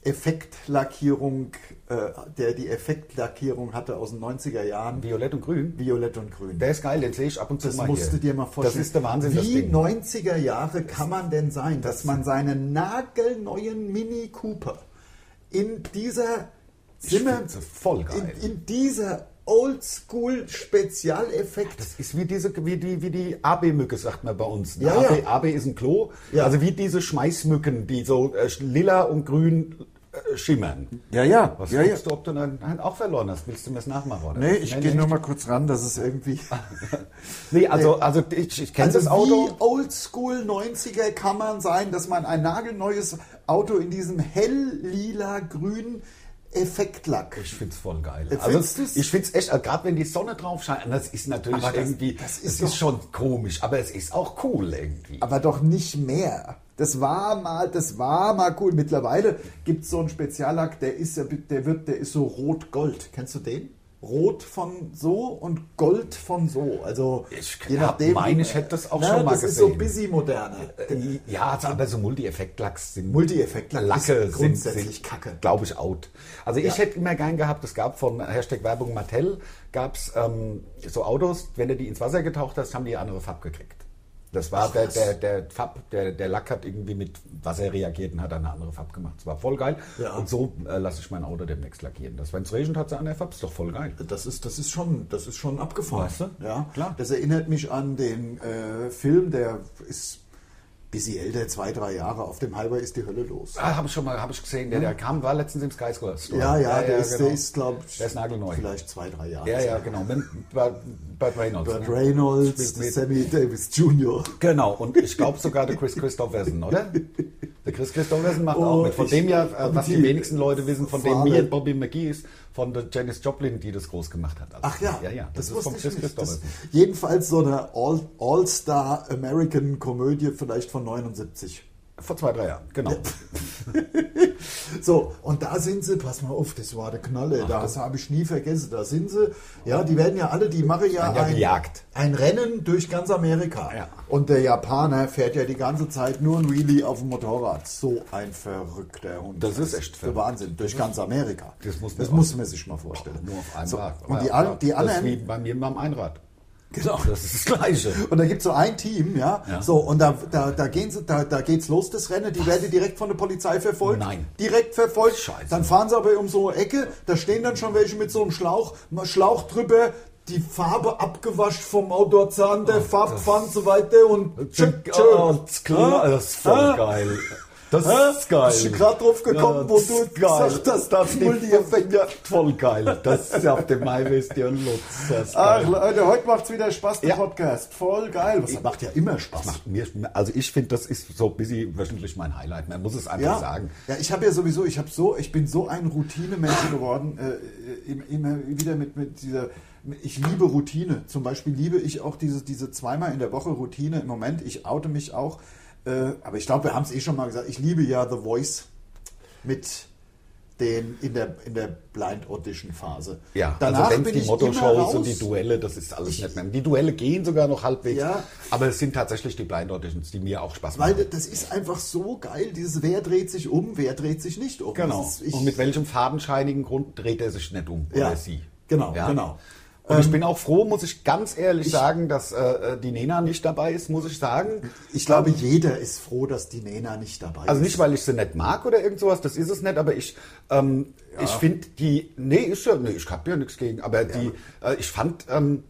Effektlackierung, äh, der die Effektlackierung hatte aus den 90er Jahren,
Violett und Grün.
violett und grün.
Der ist geil, den sehe ich ab und zu
Das
mal
musst du
hier.
dir mal vorstellen.
Das ist der Wahnsinn, das
Wie
Ding.
90er Jahre kann man denn sein, dass man seinen nagelneuen Mini Cooper in dieser Zimmer,
find's voll geil.
In, in dieser Oldschool Spezialeffekt.
Das ist wie diese, wie die, wie die AB-Mücke, sagt man bei uns.
Ja,
AB,
ja.
AB ist ein Klo.
Ja.
Also wie diese Schmeißmücken, die so äh, lila und grün äh, schimmern.
Ja, ja.
Was
ja, ja.
guckst du, ob du dann nein, auch verloren hast? Willst du mir das nachmachen? Oder?
Nee, ich gehe
nee.
nur mal kurz ran, dass es irgendwie.
Nee, also, also ich, ich kenne das
wie
Auto.
oldschool 90er kann man sein, dass man ein nagelneues Auto in diesem hell-lila-grün Effektlack.
Ich find's voll geil.
Findest
Also,
du's?
ich find's echt, gerade wenn die Sonne drauf scheint, das ist natürlich
Aber das-
irgendwie,
das ist
es
doch-
ist schon komisch, aber es ist auch cool irgendwie.
aber doch nicht mehr. Das war mal, das war mal cool. Mittlerweile gibt es so einen Speziallack, der ist, ja- der wird, der ist so rot-gold. Kennst du den? Rot von so und Gold von so. Also
Ich hab- meine, ich hätte das auch schon mal
das
gesehen.
Das ist so busy moderne.
Ja, also, aber so Multi-Effekt-Lacks sind.
Multi-Effekt-Lack ist
Lacke
grundsätzlich kacke.
Glaube ich, out. Also, ich
Ja.
hätte immer gern gehabt, es gab von Hashtag Werbung Mattel, gab es ähm, so Autos, wenn du die ins Wasser getaucht hast, haben die eine andere Farbe gekriegt. Das war der,
was.
der, der Farb, der, der Lack hat irgendwie mit Wasser reagiert und hat dann eine andere Farbe gemacht. Das war voll geil.
Ja.
Und so äh, lasse ich mein Auto demnächst lackieren. Das, wenn es regnet, hat es eine andere Farbe. Ist doch voll geil.
Das ist, das ist schon, das ist schon abgefahren.
Weißt du?
Ja,
Klar.
Das erinnert mich an den äh, Film, der ist busy älter, zwei, drei Jahre. Auf dem Highway ist die Hölle los.
Ah, habe ich schon mal, habe ich gesehen. Der, der kam, war letztens im Sky Store.
Ja, ja, der ist,
genau.
der ist, glaube ich,
Der ist nagelneu.
vielleicht zwei, drei Jahre.
Ja, ja, genau. Mit Burt, Burt Reynolds.
Burt
ne?
Reynolds,
Spielt mit.
Sammy Davis Jr.
Genau, und ich glaube sogar der Chris Christopherson, oder? Der Chris Christopherson macht auch
Oh,
mit. Von
ich-
dem ja, äh, was die
die-
wenigsten Leute wissen, von dem
Fahne.
mir Bobby McGee ist, von der Janis Joplin, die das groß gemacht hat. Also,
Ach ja,
ja, ja. Das, ist
wusste
von
ich
Chris
nicht. Das-
Christopherson.
Jedenfalls so eine All- All-Star-American-Komödie vielleicht von 79.
Vor zwei, drei Jahren, genau.
So, und da sind sie, pass mal auf, das war der Knalle, das habe ich nie vergessen, da sind sie. Ja, die werden ja alle, die machen ja,
Werden ja
ein,
gejagt.
ein Rennen durch ganz Amerika.
Ja.
Und der Japaner fährt ja die ganze Zeit nur ein Wheelie auf dem Motorrad. So ein verrückter Hund.
Das ist echt
der
verrückt.
Wahnsinn, durch ganz Amerika.
Das muss man
das
auch-
muss man sich mal vorstellen.
Nur auf einem
so,
Rad.
Und die,
Ja,
an, die
Das ist wie
anderen...
bei mir beim Einrad.
Genau.
Das ist das Gleiche.
Und da gibt es so ein Team, ja,
Ja.
so, und da, da, da, gehen sie, da, da geht's los, das Rennen, die werden direkt von der Polizei verfolgt.
Nein.
Direkt verfolgt.
Scheiße.
Dann fahren sie aber um so eine Ecke, da stehen dann schon welche mit so einem Schlauch, mal Schlauch drüber, die Farbe abgewascht vom Outdoorzahn, der Farbpfann und so weiter und tschück, tschück.
Oh, das ist klar.
Ah,
Das ist voll
ah,
geil. Das
ah,
ist geil.
Ich bin gerade drauf gekommen, wo
das
du
ist geil.
gesagt hast,
das
das
ist
Multi-Effekt.
ja, voll geil. Das ist ja auf dem Highway ist ja Lutz. Das ist
Ach,
geil.
Ah, Leute, heute macht's wieder Spaß, der
Ja.
Podcast. Voll geil. Was macht ja immer Spaß.
macht mir, also ich finde, das ist so busy wöchentlich mein Highlight. Man muss es einfach
Ja,
sagen.
ja ich habe ja sowieso, ich habe so, ich bin so ein Routinemensch geworden, äh, im- immer wieder mit, mit dieser, ich liebe Routine. Zum Beispiel liebe ich auch diese, diese zweimal in der Woche Routine im Moment. Ich oute mich auch, äh, aber ich glaube, wir haben es eh schon mal gesagt, ich liebe ja The Voice mit den in der, in der Blind Audition Phase.
Ja, also
Danach
wenn
bin
es die
ich immer
Motto-Shows
raus.
und die Duelle, das ist alles nicht mehr. Die Duelle gehen sogar noch halbwegs,
Ja.
aber es sind tatsächlich die Blind Auditions, die mir auch Spaß
Weil
machen.
das ist einfach so geil, dieses wer dreht sich um, wer dreht sich nicht um.
Genau.
Das ist, ich,
und mit welchem fadenscheinigen Grund dreht er sich nicht um
Ja.
oder sie?
Genau, genau.
Und ich bin auch froh, muss ich ganz ehrlich sagen, dass äh, die Nena nicht dabei ist, muss ich sagen.
ich glaube, jeder ist froh, dass die Nena nicht dabei
Also
ist.
nicht, weil ich sie nicht mag oder irgend sowas, das ist es nicht, aber ich, ähm, ich finde die, nee, ist ja, nee, ich hab ja nichts gegen, aber die, äh, ich fand, ähm,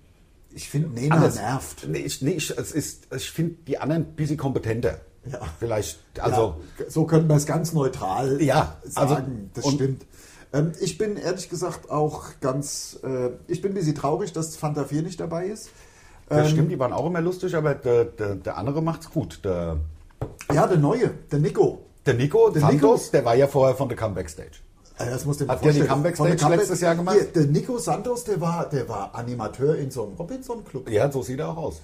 Ich finde, Nena
Anders.
nervt.
Nee, ich, nee, ich, es ist, ich finde die anderen ein bisschen kompetenter.
Ja.
Vielleicht, also,
ja, so könnten wir es ganz neutral
Ja, also-
sagen. das
und-
stimmt. Ähm, ich bin ehrlich gesagt auch ganz, äh, ich bin ein bisschen traurig, dass Fanta 4 nicht dabei ist. Ähm,
das stimmt, die waren auch immer lustig, aber der, der, der andere macht's gut. Der,
Ja, der Neue, der Nico.
der Nico
Der
Santos,
Nico?
der war ja vorher von der Comeback Stage.
Äh, Das musst du dir
Hat der die
vorstellen.
Comeback-Stage
Von der
letztes Jahr gemacht?
Hier, der Nico Santos, der war, der war Animateur in so einem Robinson-Club.
Ja, so sieht er auch aus.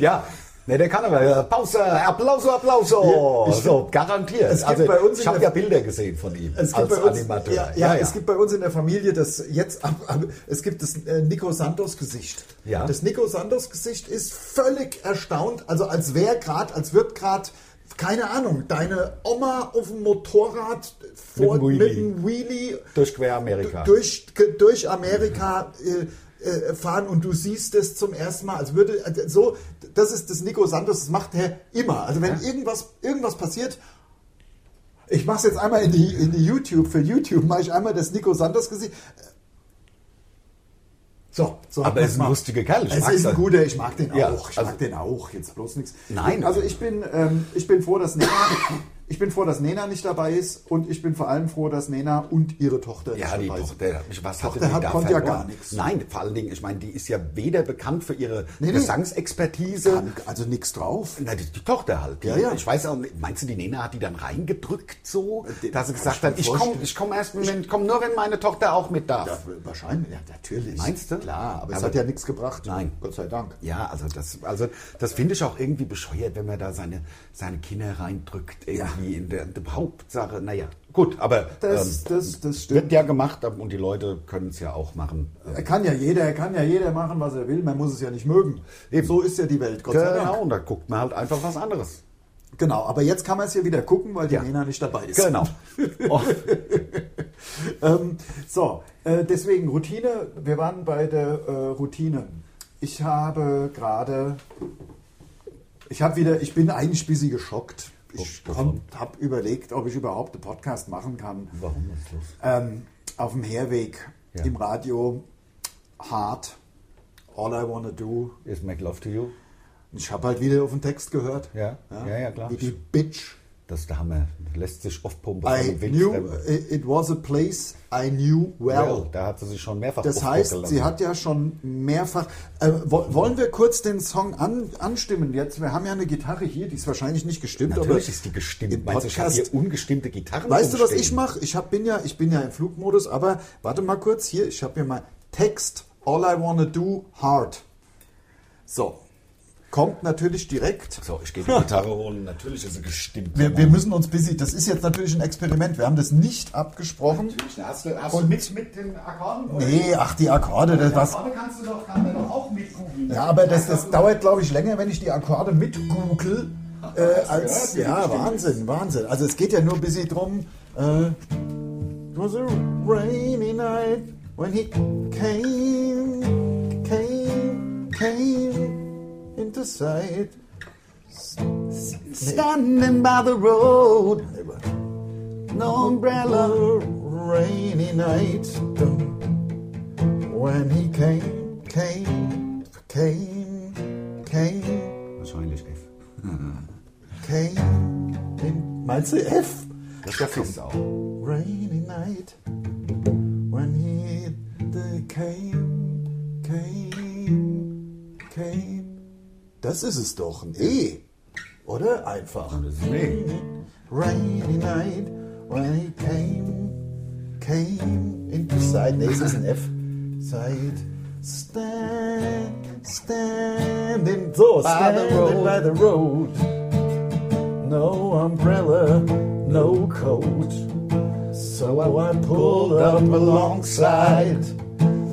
ja. Ne, der kann aber. ja, Pause, Applauso, Applauso.
Ja, ich-
so, garantiert. Also,
Es gibt bei uns in
ich habe
der-
ja Bilder gesehen von ihm
Es gibt
als
bei uns,
Animateur.
Ja, ja, es gibt bei uns in der Familie das jetzt ab, ab, es gibt das äh, Nico Santos Gesicht.
Ja.
Das Nico Santos Gesicht ist völlig erstaunt, also als wäre gerade, als wird gerade keine Ahnung, deine Oma auf dem Motorrad
Mit
vor
dem Wheelie.
mit dem Wheelie
durch Queramerika.
durch, durch Amerika äh, äh, fahren und du siehst es zum ersten Mal. Also würde also so, das ist das Nico Santos, das macht er immer. Also wenn irgendwas, irgendwas passiert, ich mache es jetzt einmal in die, in die YouTube, für YouTube mache ich einmal das Nico Santos Gesicht. Äh, So, so hat
Aber er ist
man's
ein
mal.
lustiger Kerl, ich
Es
mag's
ist ein
halt.
guter, ich mag den auch.
Ja,
ich
also-
mag den auch, jetzt bloß nichts.
Nein.
Also ich bin, ähm, ich bin froh, dass Nena, ich bin froh, dass Nena nicht dabei ist und ich bin vor allem froh, dass Nena und ihre Tochter
Ja,
nicht
die
dabei sind.
Tochter hat mich, was
Tochter
hatte die
hat-
da
konnte ja
verloren?
gar nichts.
Nein, vor allen Dingen, ich meine, die ist ja weder bekannt für ihre
nee.
Gesangsexpertise.
Kann- Also nichts drauf.
Na, die, die Tochter halt. Die,
Ja, ja.
Ich weiß auch nicht, meinst du, die Nena hat die dann reingedrückt so,
Den
dass sie
kann ich
gesagt
mir
hat, ich komme
vorstellen.
ich komm erst, wenn, ich komm nur, wenn meine Tochter auch mit darf.
Ja, wahrscheinlich, ja, natürlich.
Meinst du?
Klar, aber, es
Aber-
hat ja nichts gebracht.
Nein.
Gott sei Dank.
Ja, also das, also das finde ich auch irgendwie bescheuert, wenn man da seine, seine Kinder reindrückt, irgendwie in der, der Hauptsache. Naja, gut, aber
Das,
ähm,
das, das stimmt.
wird ja gemacht und die Leute können es ja auch machen. Äh,
Er kann ja jeder, er kann ja jeder machen, was er will, man muss es ja nicht mögen.
Eben.
So ist ja die Welt, Gott sei
Genau,
Dank.
und da guckt man halt einfach was anderes.
Genau, aber jetzt kann man es hier wieder gucken, weil die
Ja.
Nena nicht dabei ist.
Genau. Oh,
Ähm, so, äh, deswegen Routine, wir waren bei der äh, Routine. Ich habe gerade, ich habe wieder, ich bin eigentlich ein bisschen geschockt. Ich
Oh,
habe überlegt, ob ich überhaupt einen Podcast machen kann.
warum ist los?
Ähm, auf dem Herweg
Ja.
im Radio, Hard, All I Wanna Do.
Is Make Love to You?
Ich habe halt wieder auf den Text gehört.
Ja, ja, ja, klar.
Wie die Bitch.
Das ist der Hammer. Das lässt sich oft pumpen.
I knew, it was a place I knew well.
Da hat sie sich schon mehrfach
Das
oft
heißt,
weggelassen.
sie hat ja schon mehrfach. Äh, wo, wollen wir kurz den Song an, anstimmen jetzt? Wir haben ja eine Gitarre hier, die ist wahrscheinlich nicht gestimmt, aber
Natürlich ist die
im
gestimmt. Meinst du, ich habe
Podcast-
hier ungestimmte Gitarren
Weißt du, was
rumstehen?
ich mache? Ich hab, bin, ja, ich bin ja im Flugmodus, aber warte mal kurz hier. Ich habe hier mal Text All I Wanna Do Hard. So. Kommt natürlich direkt.
So, ich gehe die Gitarre holen. Natürlich ist sie gestimmt.
Wir, wir müssen uns busy. Das ist jetzt natürlich ein Experiment. Wir haben das nicht abgesprochen.
Hast du, hast du nichts mit den Akkorden?
Nee, ach, die Akkorde, das was.
Akkorde kannst du doch, kann man doch auch mit googeln.
Ja, aber das, das dauert, glaube ich, länger, wenn ich die Akkorde mit google, äh, als.
gehört, wie
Ja,
gestimmt
Wahnsinn, Wahnsinn. Also es geht ja nur busy drum. Äh, it was a rainy night when he came, came, came into sight. Standing by the road, no umbrella, rainy night. Dum. When he came, came, came, came,
Wahrscheinlich F.
came. In, meinst du F?
Das ist ja fix auch.
Rainy night. When he the came, came, came. Das ist es doch, ein E. Oder? Einfach.
Das ist nee.
E. Rainy night. When he came, came into sight. Nee, es ist ein F. Sight. Stand, standing. So, standing
road.
by the road. No umbrella, no coat.
So I pulled up alongside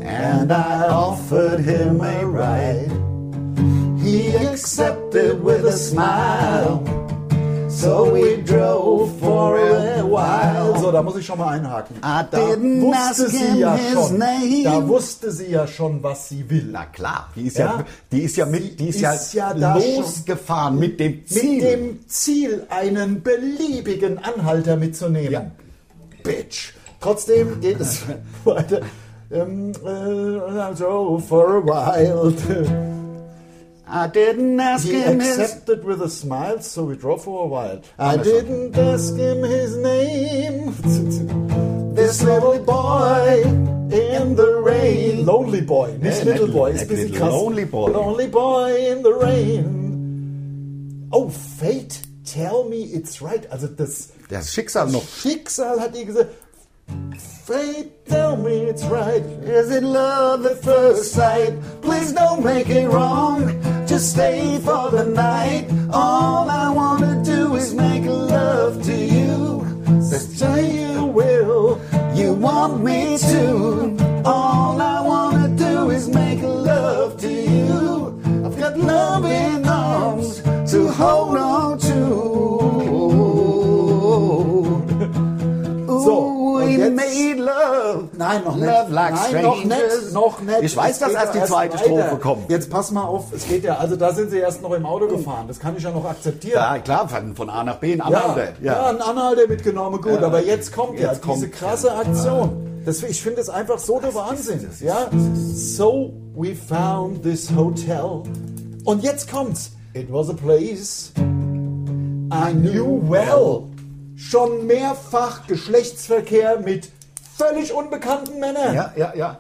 and I offered him a ride. He accepted with a smile. So we drove for a while.
Also, da muss ich schon mal einhaken.
I
da
didn't
wusste
ask
sie
him
ja
his
schon.
name.
Da wusste sie ja schon, was sie will.
Na klar, die ist
Ja.
ja, die ist ja
Sie
mit, die ist,
ist ja
ja,
da
losgefahren mit dem Ziel.
Mit dem Ziel, einen beliebigen Anhalter mitzunehmen.
Ja.
Bitch. Trotzdem geht es weiter. Ähm, äh, also for a while.
I didn't ask
He
him his
accepted with a smile, so we drove for a while. I
Haben wir schon.
didn't ask him his name. This little boy in the rain. Lonely boy, nicht
Nee,
little
nicht-
boy, ist ein
nicht
bisschen
little,
krass.
lonely boy.
Lonely boy in the rain. Oh, fate, tell me it's right. Also das
Das Schicksal noch.
Schicksal hat ihr gesagt. Fate, tell me it's right. Is it love at first sight? Please don't make it wrong. Just stay for the night. All I wanna do is make love to you. Stay you will. You want me to. All I wanna do is make love to you. I've got love in arms to hold on to. So,
we
und jetzt-
made love.
Nein, noch nicht.
Love like
Nein, noch
strangers.
nicht. Noch nicht.
Ich weiß,
Es
dass
geht
erst
ja
die zweite Strophe kommt.
Jetzt pass mal auf, es geht ja, also da sind sie erst noch im Auto gefahren. Das kann ich ja noch akzeptieren.
Ja, klar, von, von A nach B in
ja,
Anhalter.
ja. ein Anhalter mitgenommen, gut.
Ja.
Aber jetzt kommt ja
Jetzt
diese
kommt-
krasse Aktion. Das, ich finde es einfach so der Wahnsinn. Ja? So, we found this hotel. Und jetzt kommt's. It was a place I knew well. Schon mehrfach Geschlechtsverkehr mit völlig unbekannten Männern.
ja, ja. ja.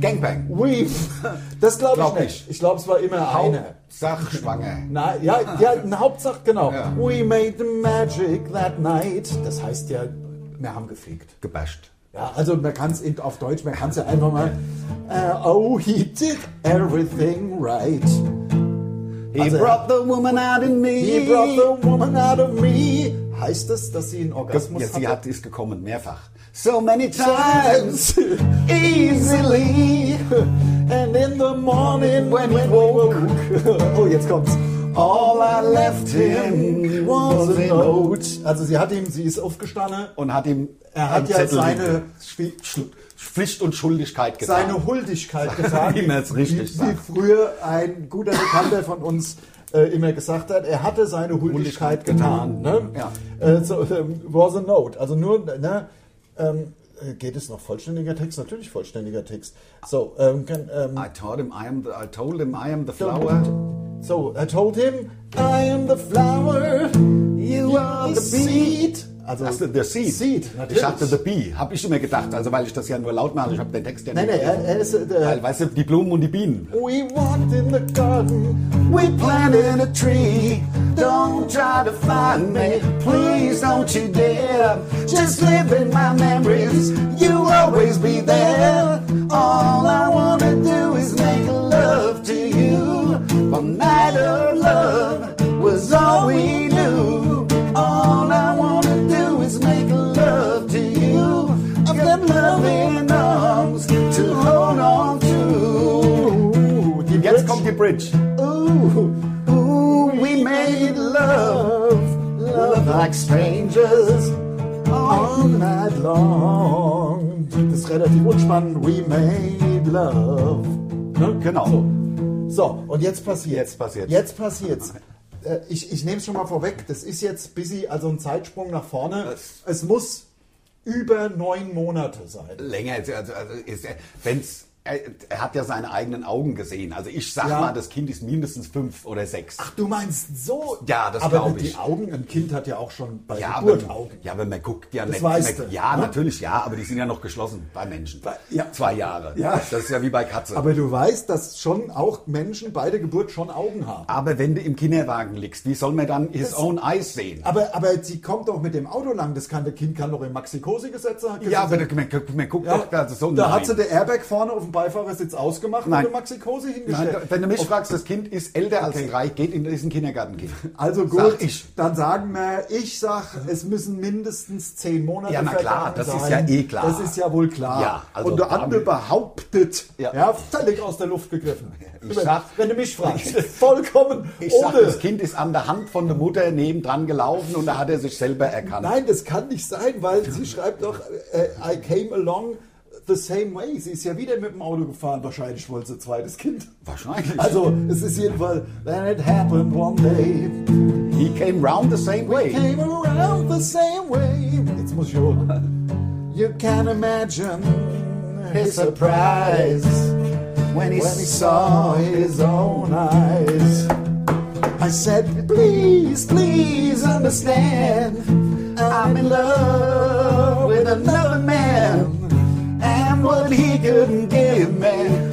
Gangbang.
Weave. Das glaube
Glaub
ich nicht.
nicht.
Ich glaube, es war immer einer.
Sachschwanger.
Na, ja, ja, eine Hauptsache, genau.
Ja.
We made the magic that night. Das heißt ja, wir haben gefickt.
Gebasht.
Ja, also man kann es auf Deutsch, man kann es ja einfach mal. äh, oh, he did everything right.
He
Also-
brought the woman out in me.
He brought the woman out of me. Heißt das, dass sie einen
das
Orgasmus
ja, sie
hatte?
hat ist gekommen, mehrfach. So many times.
Times easily and in the morning when we woke. Oh, jetzt kommt's. All I left him was a note. Also sie hat ihm, sie ist aufgestanden.
Und hat ihm
Er hat
einen
ja
Zettel
seine,
hingelegt. Schlu- Pflicht und Schuldigkeit getan.
seine Huldigkeit getan,
Wie man's richtig
wie, wie
sagt.
früher ein guter Bekannter von uns äh, immer gesagt hat, er hatte seine Huldigkeit
Huldigkeit
getan.
getan,
Ne? Äh, so, ähm, was a note. Also nur, ne, ähm, äh, geht es noch vollständiger Text? Natürlich vollständiger Text. So, ähm, kann, ähm,
I told him I am the, I told him I am the flower.
so, I told him, I am the flower, you are the seed. Also,
Ach, the seed.
Seed, natürlich.
ich dachte the bee, habe ich immer gedacht, also weil ich das ja nur laut mache, ich habe den Text ja
Nein,
nicht.
nein, er, er ist... Äh,
weil, weißt du, die Blumen und die Bienen.
We walked in the garden, we planted a tree. Don't try to find me, please don't you dare. Just live in my memories, you'll always be there. All I wanna do is make love to you. From night of love was all we knew. All I wanna do is make love to you. I've got loving arms to hold on to. Die
Jetzt kommt die Bridge.
Ooh, ooh, we made love, love like strangers all night long. Das ist relativ unspannend. We made love. Ne?
Genau.
Oh, So, und jetzt passiert's.
Jetzt passiert's.
Jetzt passiert's. Äh, Ich, ich nehme es schon mal vorweg. Das ist jetzt busy, also ein Zeitsprung nach vorne.
Das-
es muss über neun Monate sein.
Länger, als- also, also ist, er- wenn's,
äh,
er, er hat ja seine eigenen Augen gesehen. Also ich sag
Ja.
mal, das Kind ist mindestens fünf oder sechs.
Du meinst so?
Ja, das
Aber
glaub
die
ich.
Augen, ein Kind hat ja auch schon bei
ja, aber,
Geburt Augen.
ja, aber man guckt ja nicht.
weißt
man,
du,
ja,
ne?
natürlich, ja, aber die sind ja noch geschlossen bei Menschen.
Bei- ja.
Zwei Jahre.
Ja.
Das ist ja wie bei Katze.
Aber du weißt, dass schon auch Menschen bei der Geburt schon Augen haben.
Aber wenn du im Kinderwagen liegst, wie soll man dann his
Das-
own eyes sehen?
Aber, aber sie kommt doch mit dem Auto lang. Das kann, der Kind kann doch im Maxi-Cosi gesetzt
Ja, aber man, guckt- man guckt
Ja,
doch, also so
da
nein.
hat sie der Airbag vorne auf dem Beifahrersitz ausgemacht
Nein.
und eine Maxi-Kose
Nein,
hingestellt.
wenn du mich fragst, das Kind ist älter als drei, geht in diesen Kindergartenkind.
also gut,
Sag ich.
dann sagen wir, ich sag, es müssen mindestens zehn Monate
Ja, na klar,
vergangen
das ist
sein.
ja eh klar.
Das ist ja wohl klar.
Ja, also
und der
damit-
andere behauptet, ja.
Ja.
völlig aus der Luft gegriffen.
Ich sag-
wenn du mich fragst, vollkommen
Ich sag,
ohne.
das Kind ist an der Hand von der Mutter nebendran gelaufen und da hat er sich selber erkannt.
Nein, das kann nicht sein, weil sie schreibt doch, äh, I came along the same way. Sie ist ja wieder mit dem Auto gefahren. Wahrscheinlich wollte sie ein zweites Kind.
Wahrscheinlich.
Also, es ist jedenfalls, then it happened one day.
He came round the same way.
Came around the same way. Jetzt muss ich holen. You can imagine his surprise.
when he
When he saw his own eyes, I said, Please, please understand. I'm in love with another man. And what he couldn't give me,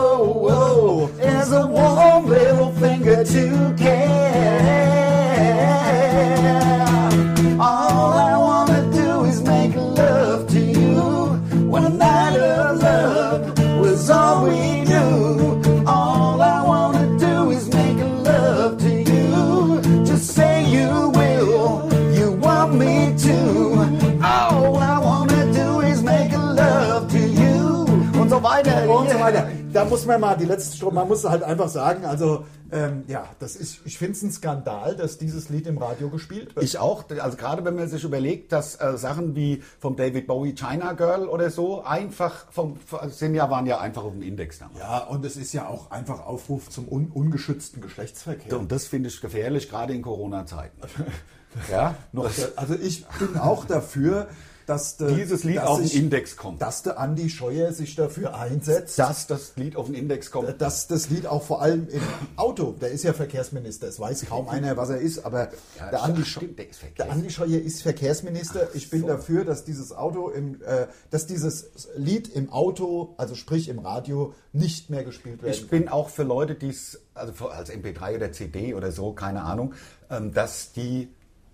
oh, oh, is a warm little finger to care. All I wanna do is make love to you. One night of love was all we knew. All I wanna do is make love to you. Just say you will, you want me to. All I wanna do is make love to you. Und so weiter. Und so weiter. Da muss man mal die letzte Strophe, man muss halt einfach sagen, also ähm, ja, das ist, ich finde es ein Skandal, dass dieses Lied im Radio gespielt wird.
Ich auch. Also gerade wenn man sich überlegt, dass äh, Sachen wie vom David Bowie China Girl oder so einfach vom also sind ja waren ja einfach auf dem Index damals.
Ja, und es ist ja auch einfach Aufruf zum un ungeschützten Geschlechtsverkehr.
Und das finde ich gefährlich, gerade in Corona-Zeiten. ja, noch
Also ich bin auch dafür, dass de,
dieses Lied
dass
auf den
ich-
Index kommt.
dass der Andi Scheuer sich dafür einsetzt,
dass das Lied auf den Index kommt.
dass das Lied auch vor allem im Auto, der ist ja Verkehrsminister, es weiß kaum einer, was er ist, aber
Ja,
der, Andi
stimmt, der ist
der
Verkehrs-
Andi Scheuer ist Verkehrsminister. ich bin
so.
dafür, dass dieses Auto im, äh, dass dieses Lied im Auto, also sprich im Radio, nicht mehr gespielt werden
Ich bin auch für Leute, die es, also für, als MP3 oder CD oder so, keine Ahnung, ähm, dass die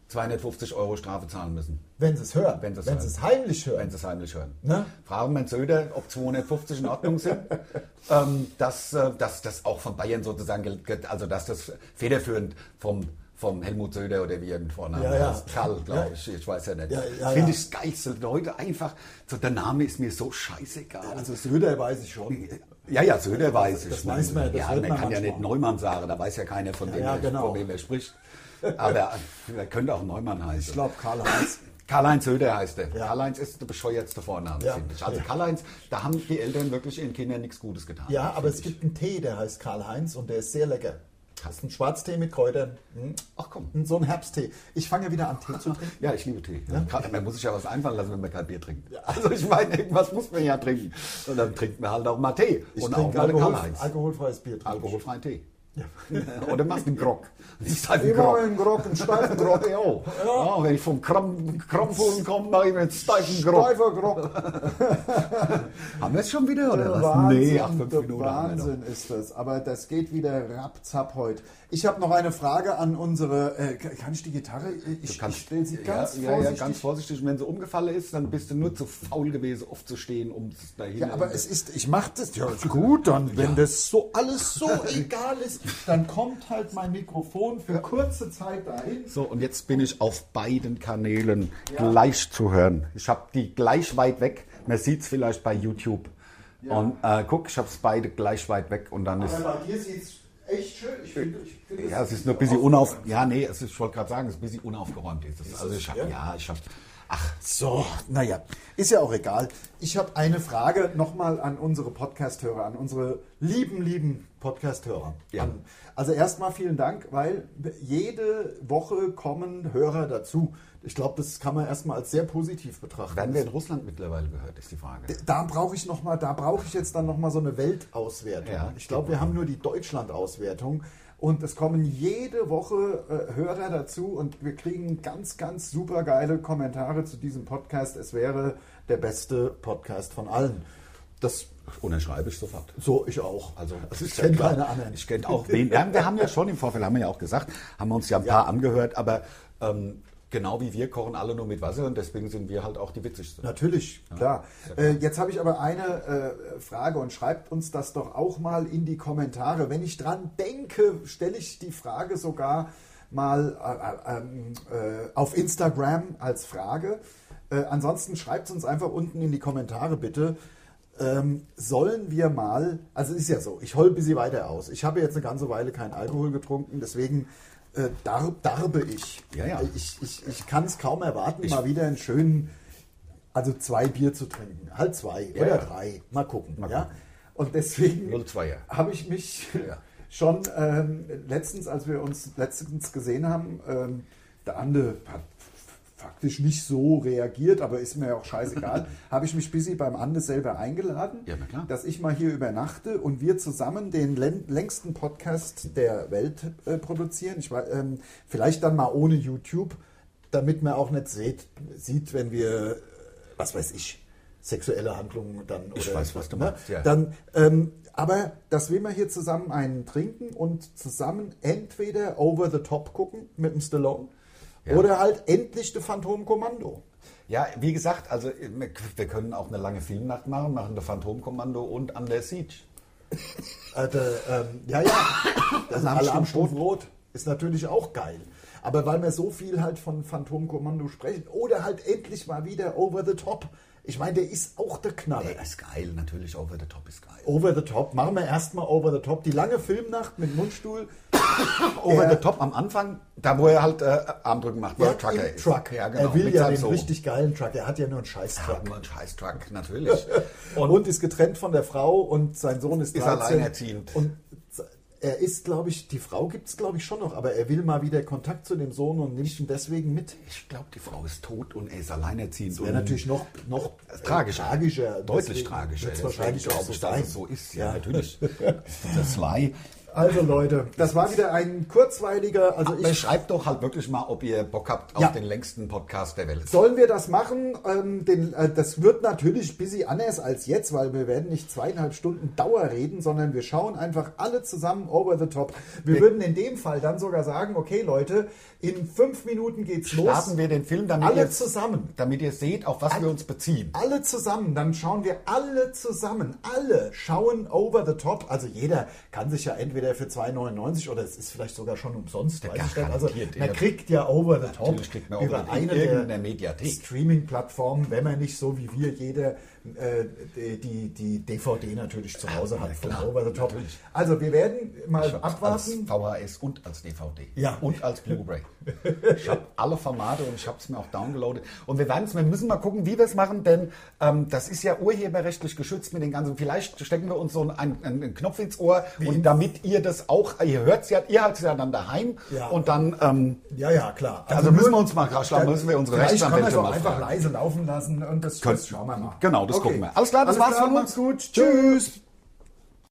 250 Euro Strafe zahlen müssen,
Wenn sie es hören,
Wenn sie es
wenn sie es heimlich hören.
wenn sie es heimlich hören.
Ne?
Fragen wir Söder, ob 250 in Ordnung sind, ähm, dass, äh, dass das auch von Bayern sozusagen, gel- gel- also dass das federführend vom vom Helmut Söder oder wie er den Vornamen
Ja, ja.
heißt. Karl, glaube ich. Ich weiß ja nicht.
Ja, ja,
Finde
ja.
ich geil. So Leute einfach, so, der Name ist mir so scheißegal.
Also Söder weiß ich schon.
Ja, ja, Söder weiß ich.
das weiß man, das
ja,
hört
man
man
kann ja
manchmal.
nicht Neumann sagen, da weiß ja keiner, von wem,
ja,
er,
genau.
von wem er spricht. Aber er könnte auch Neumann
Ich
heißen.
glaube, Karl-Heinz.
Karl-Heinz Söder heißt er.
Ja.
Karl-Heinz ist der bescheuertste Vorname,
Ja.
finde ich. Also
Ja.
Karl-Heinz, da haben die Eltern wirklich ihren Kindern nichts Gutes getan.
Ja, aber es
finde
gibt einen Tee, der heißt Karl-Heinz und der ist sehr lecker. Das ist ein Schwarztee mit Kräutern. Hm.
ich. Ach komm.
So ein Herbsttee. Ich fange ja wieder an, Tee zu trinken.
Ja, ich liebe Tee. Gerade, Man muss sich ja was einfallen lassen, wenn man kein Bier trinkt. Also ich meine, irgendwas muss man ja trinken. Und dann trinkt man halt auch mal Tee.
Ich
Und auch
trinke
mal
Alkohol,
Karl-Heinz.
alkoholfreies Bier. trinke
Alkoholfreien Tee. Oder machst einen Grog. Nicht halt einen
ich. Immer
Grog.
einen Grog, einen steifen Grog.
Grog, ja. ja. Wenn ich vom Kram- Krampfhuhn komme, mache ich mir einen steifen Grog.
Steifer Grog.
Haben wir es schon wieder,
Der
oder was?
Wahnsinn,
nee, ach, fünf
der
Minuten haben wir noch.
Wahnsinn ist das. Aber das geht wieder rapzap heute. Ich habe noch eine Frage an unsere... Äh, kann ich die Gitarre? Ich, ich stelle sie ganz
ja, ja, ja,
vorsichtig.
ganz vorsichtig. Und wenn sie umgefallen ist, dann bist du nur zu faul gewesen, aufzustehen, um es dahin.
Ja, aber es ist, ich mach das ja ist gut, dann, wenn das so alles so egal ist, dann kommt halt mein Mikrofon für kurze Zeit dahin.
so, und jetzt bin ich auf beiden Kanälen gleich zu hören. Ich habe die gleich weit weg. Man sieht es vielleicht bei YouTube. Und äh, guck, ich habe es beide gleich weit weg und dann ist.
Aber bei dir sieht es echt schön. Ich finde, ich finde
Ja, es ist nur ein bisschen unauf. Ja, nee, es ist, ich wollte gerade sagen, es ist ein bisschen unaufgeräumt. Ist es. Also ich hab,
ja?
ja? ich habe. Ach,
So, naja, ist ja auch egal. Ich habe eine Frage nochmal an unsere Podcast-Hörer, an unsere lieben, lieben Podcast-Hörer.
Ja.
An- Also erstmal vielen Dank, weil jede Woche kommen Hörer dazu. Ich glaube, das kann man erstmal als sehr positiv betrachten.
werden wir in Russland mittlerweile gehört, ist die Frage.
Da brauche ich noch mal, da brauche ich jetzt dann noch mal so eine Weltauswertung.
Ja, genau.
ich glaube, wir haben nur die Deutschlandauswertung und es kommen jede Woche äh, Hörer dazu und wir kriegen ganz, ganz super geile Kommentare zu diesem Podcast. Es wäre der beste Podcast von allen. Das
Unterschreibe ich sofort.
so ich auch.
Also,
ich kenne
ja klar.
keine anderen.
Ich kenne auch wen. Ja, wir haben ja schon im Vorfeld, haben wir ja auch gesagt, haben wir uns ja ein paar angehört, aber ähm, genau wie wir kochen alle nur mit Wasser und deswegen sind wir halt auch die witzigsten.
Natürlich,
Ah,
klar. Äh, jetzt habe ich aber eine äh, Frage und schreibt uns das doch auch mal in die Kommentare. Wenn ich dran denke, stelle ich die Frage sogar mal äh, äh, äh, auf Instagram als Frage. Äh, ansonsten schreibt es uns einfach unten in die Kommentare bitte. Ähm, sollen wir mal, also es ist ja so, ich hol ein bisschen weiter aus. Ich habe jetzt eine ganze Weile keinen Alkohol getrunken, deswegen äh, dar, darbe ich. Äh,
Ja, ja.
Ich, ich, ich kann es kaum erwarten, mal wieder einen schönen, also zwei Bier zu trinken. Halt zwei
Ja,
oder
ja.
drei. Mal gucken.
Mal
Ja? Und deswegen
02er.
habe ich mich
Ja.
schon ähm, letztens, als wir uns letztens gesehen haben, ähm, der Ande hat faktisch nicht so reagiert, aber ist mir ja auch scheißegal, habe ich mich busy beim Ande selber eingeladen,
Ja, na klar.
dass ich mal hier übernachte und wir zusammen den län- längsten Podcast der Welt äh, produzieren. Ich war, ähm, vielleicht dann mal ohne YouTube, damit man auch nicht seht, sieht, wenn wir, äh, was weiß ich, sexuelle Handlungen dann
Ich
oder-
weiß, was du
ne?
meinst, ja.
Dann, ähm, aber dass wir mal hier zusammen einen trinken und zusammen entweder Over the Top gucken mit dem Stallone
Ja.
oder halt endlich The Phantom Kommando.
Ja, wie gesagt, also wir wir können auch eine lange Filmnacht machen, machen The Phantomkommando und Under Siege.
Äh, de, ähm, ja, ja, das sind alle am Stutenrot ist natürlich auch geil. Aber weil wir so viel halt von Phantom Kommando sprechen oder halt endlich mal wieder Over the Top. Ich meine, der ist auch der Knaller.
Der ist geil, natürlich, Over the Top ist geil.
Over the Top, machen wir erstmal Over the Top. Die lange Filmnacht mit Mundstuhl.
Over
Er-
the Top am Anfang, da wo er halt äh, Armdrücken macht, wo
Ja,
er Trucker
im
ist.
Truck.
Ja, genau.
Er will
mit
ja
seinem
den
Sohn.
richtig geilen Truck. Er hat ja nur einen Scheiß-Truck.
Haben wir einen Scheiß-Truck, natürlich.
Und, ist getrennt von der Frau und sein Sohn ist,
Ist
13.
alleinerziehend.
Und er ist, glaube ich, die Frau gibt es, glaube ich, schon noch, aber er will mal wieder Kontakt zu dem Sohn und nimmt ihn deswegen mit.
ich glaube, die Frau ist tot und er ist alleinerziehend.
Wäre
und- äh,
natürlich noch, noch
Mhm.
äh,
tragischer.
tragischer.
Deutlich
Deswegen
tragischer.
wird's wahrscheinlich
Deswegen glaub
auch so
ich, dass
sein.
es so ist. Ja, natürlich. Das zwei.
Also Leute, das war wieder ein kurzweiliger, also
Aber
ich
schreibt doch halt wirklich mal, ob ihr Bock habt auf
Ja.
den längsten Podcast der Welt.
Sollen wir das machen? Ähm, den, äh, das wird natürlich ein bisschen anders als jetzt, weil wir werden nicht zweieinhalb Stunden Dauer reden, sondern wir schauen einfach alle zusammen over the top. Wir würden in dem Fall dann sogar sagen, okay Leute, in fünf Minuten geht's
Starten
los.
wir den Film, damit,
Alle
ihr,
zusammen.
damit ihr seht, auf was wir uns beziehen.
Alle zusammen, dann schauen wir alle zusammen, alle schauen over the top. Also jeder kann sich ja entweder für 2,99 oder es ist vielleicht sogar schon umsonst. Weiß ich nicht. Also
Garantiert,
man
ja.
kriegt ja over the top
Natürlich kriegt man over the top in irgendeiner Mediathek.
Streaming-Plattformen, wenn man nicht so wie wir jeder äh, die, die, die DVD natürlich
Ah,
zu Hause hat von over the top. Also wir werden mal abwarten.
Als VHS und als DVD.
Ja.
Und als Blu-ray. Ich habe alle Formate und ich habe es mir auch downgeloadet. Und wir werden es, wir müssen mal gucken, wie wir es machen, denn ähm, das ist ja urheberrechtlich geschützt mit den ganzen. Vielleicht stecken wir uns so einen, einen, einen Knopf ins Ohr und damit ihr das auch, ihr hört es ja, ihr hört es ja dann daheim
Ja.
und dann. Ähm,
Ja, ja, klar.
Also müssen wir uns mal gerade schlagen,
Ja,
müssen wir unsere
vielleicht
Rechtsanwälte
können wir es auch
mal
einfach
fragen. Genau,
leise laufen lassen und das,
Können-
das schauen wir mal.
Genau, das gucken wir. Alles klar, das war's von uns.
macht's gut. Tschüss.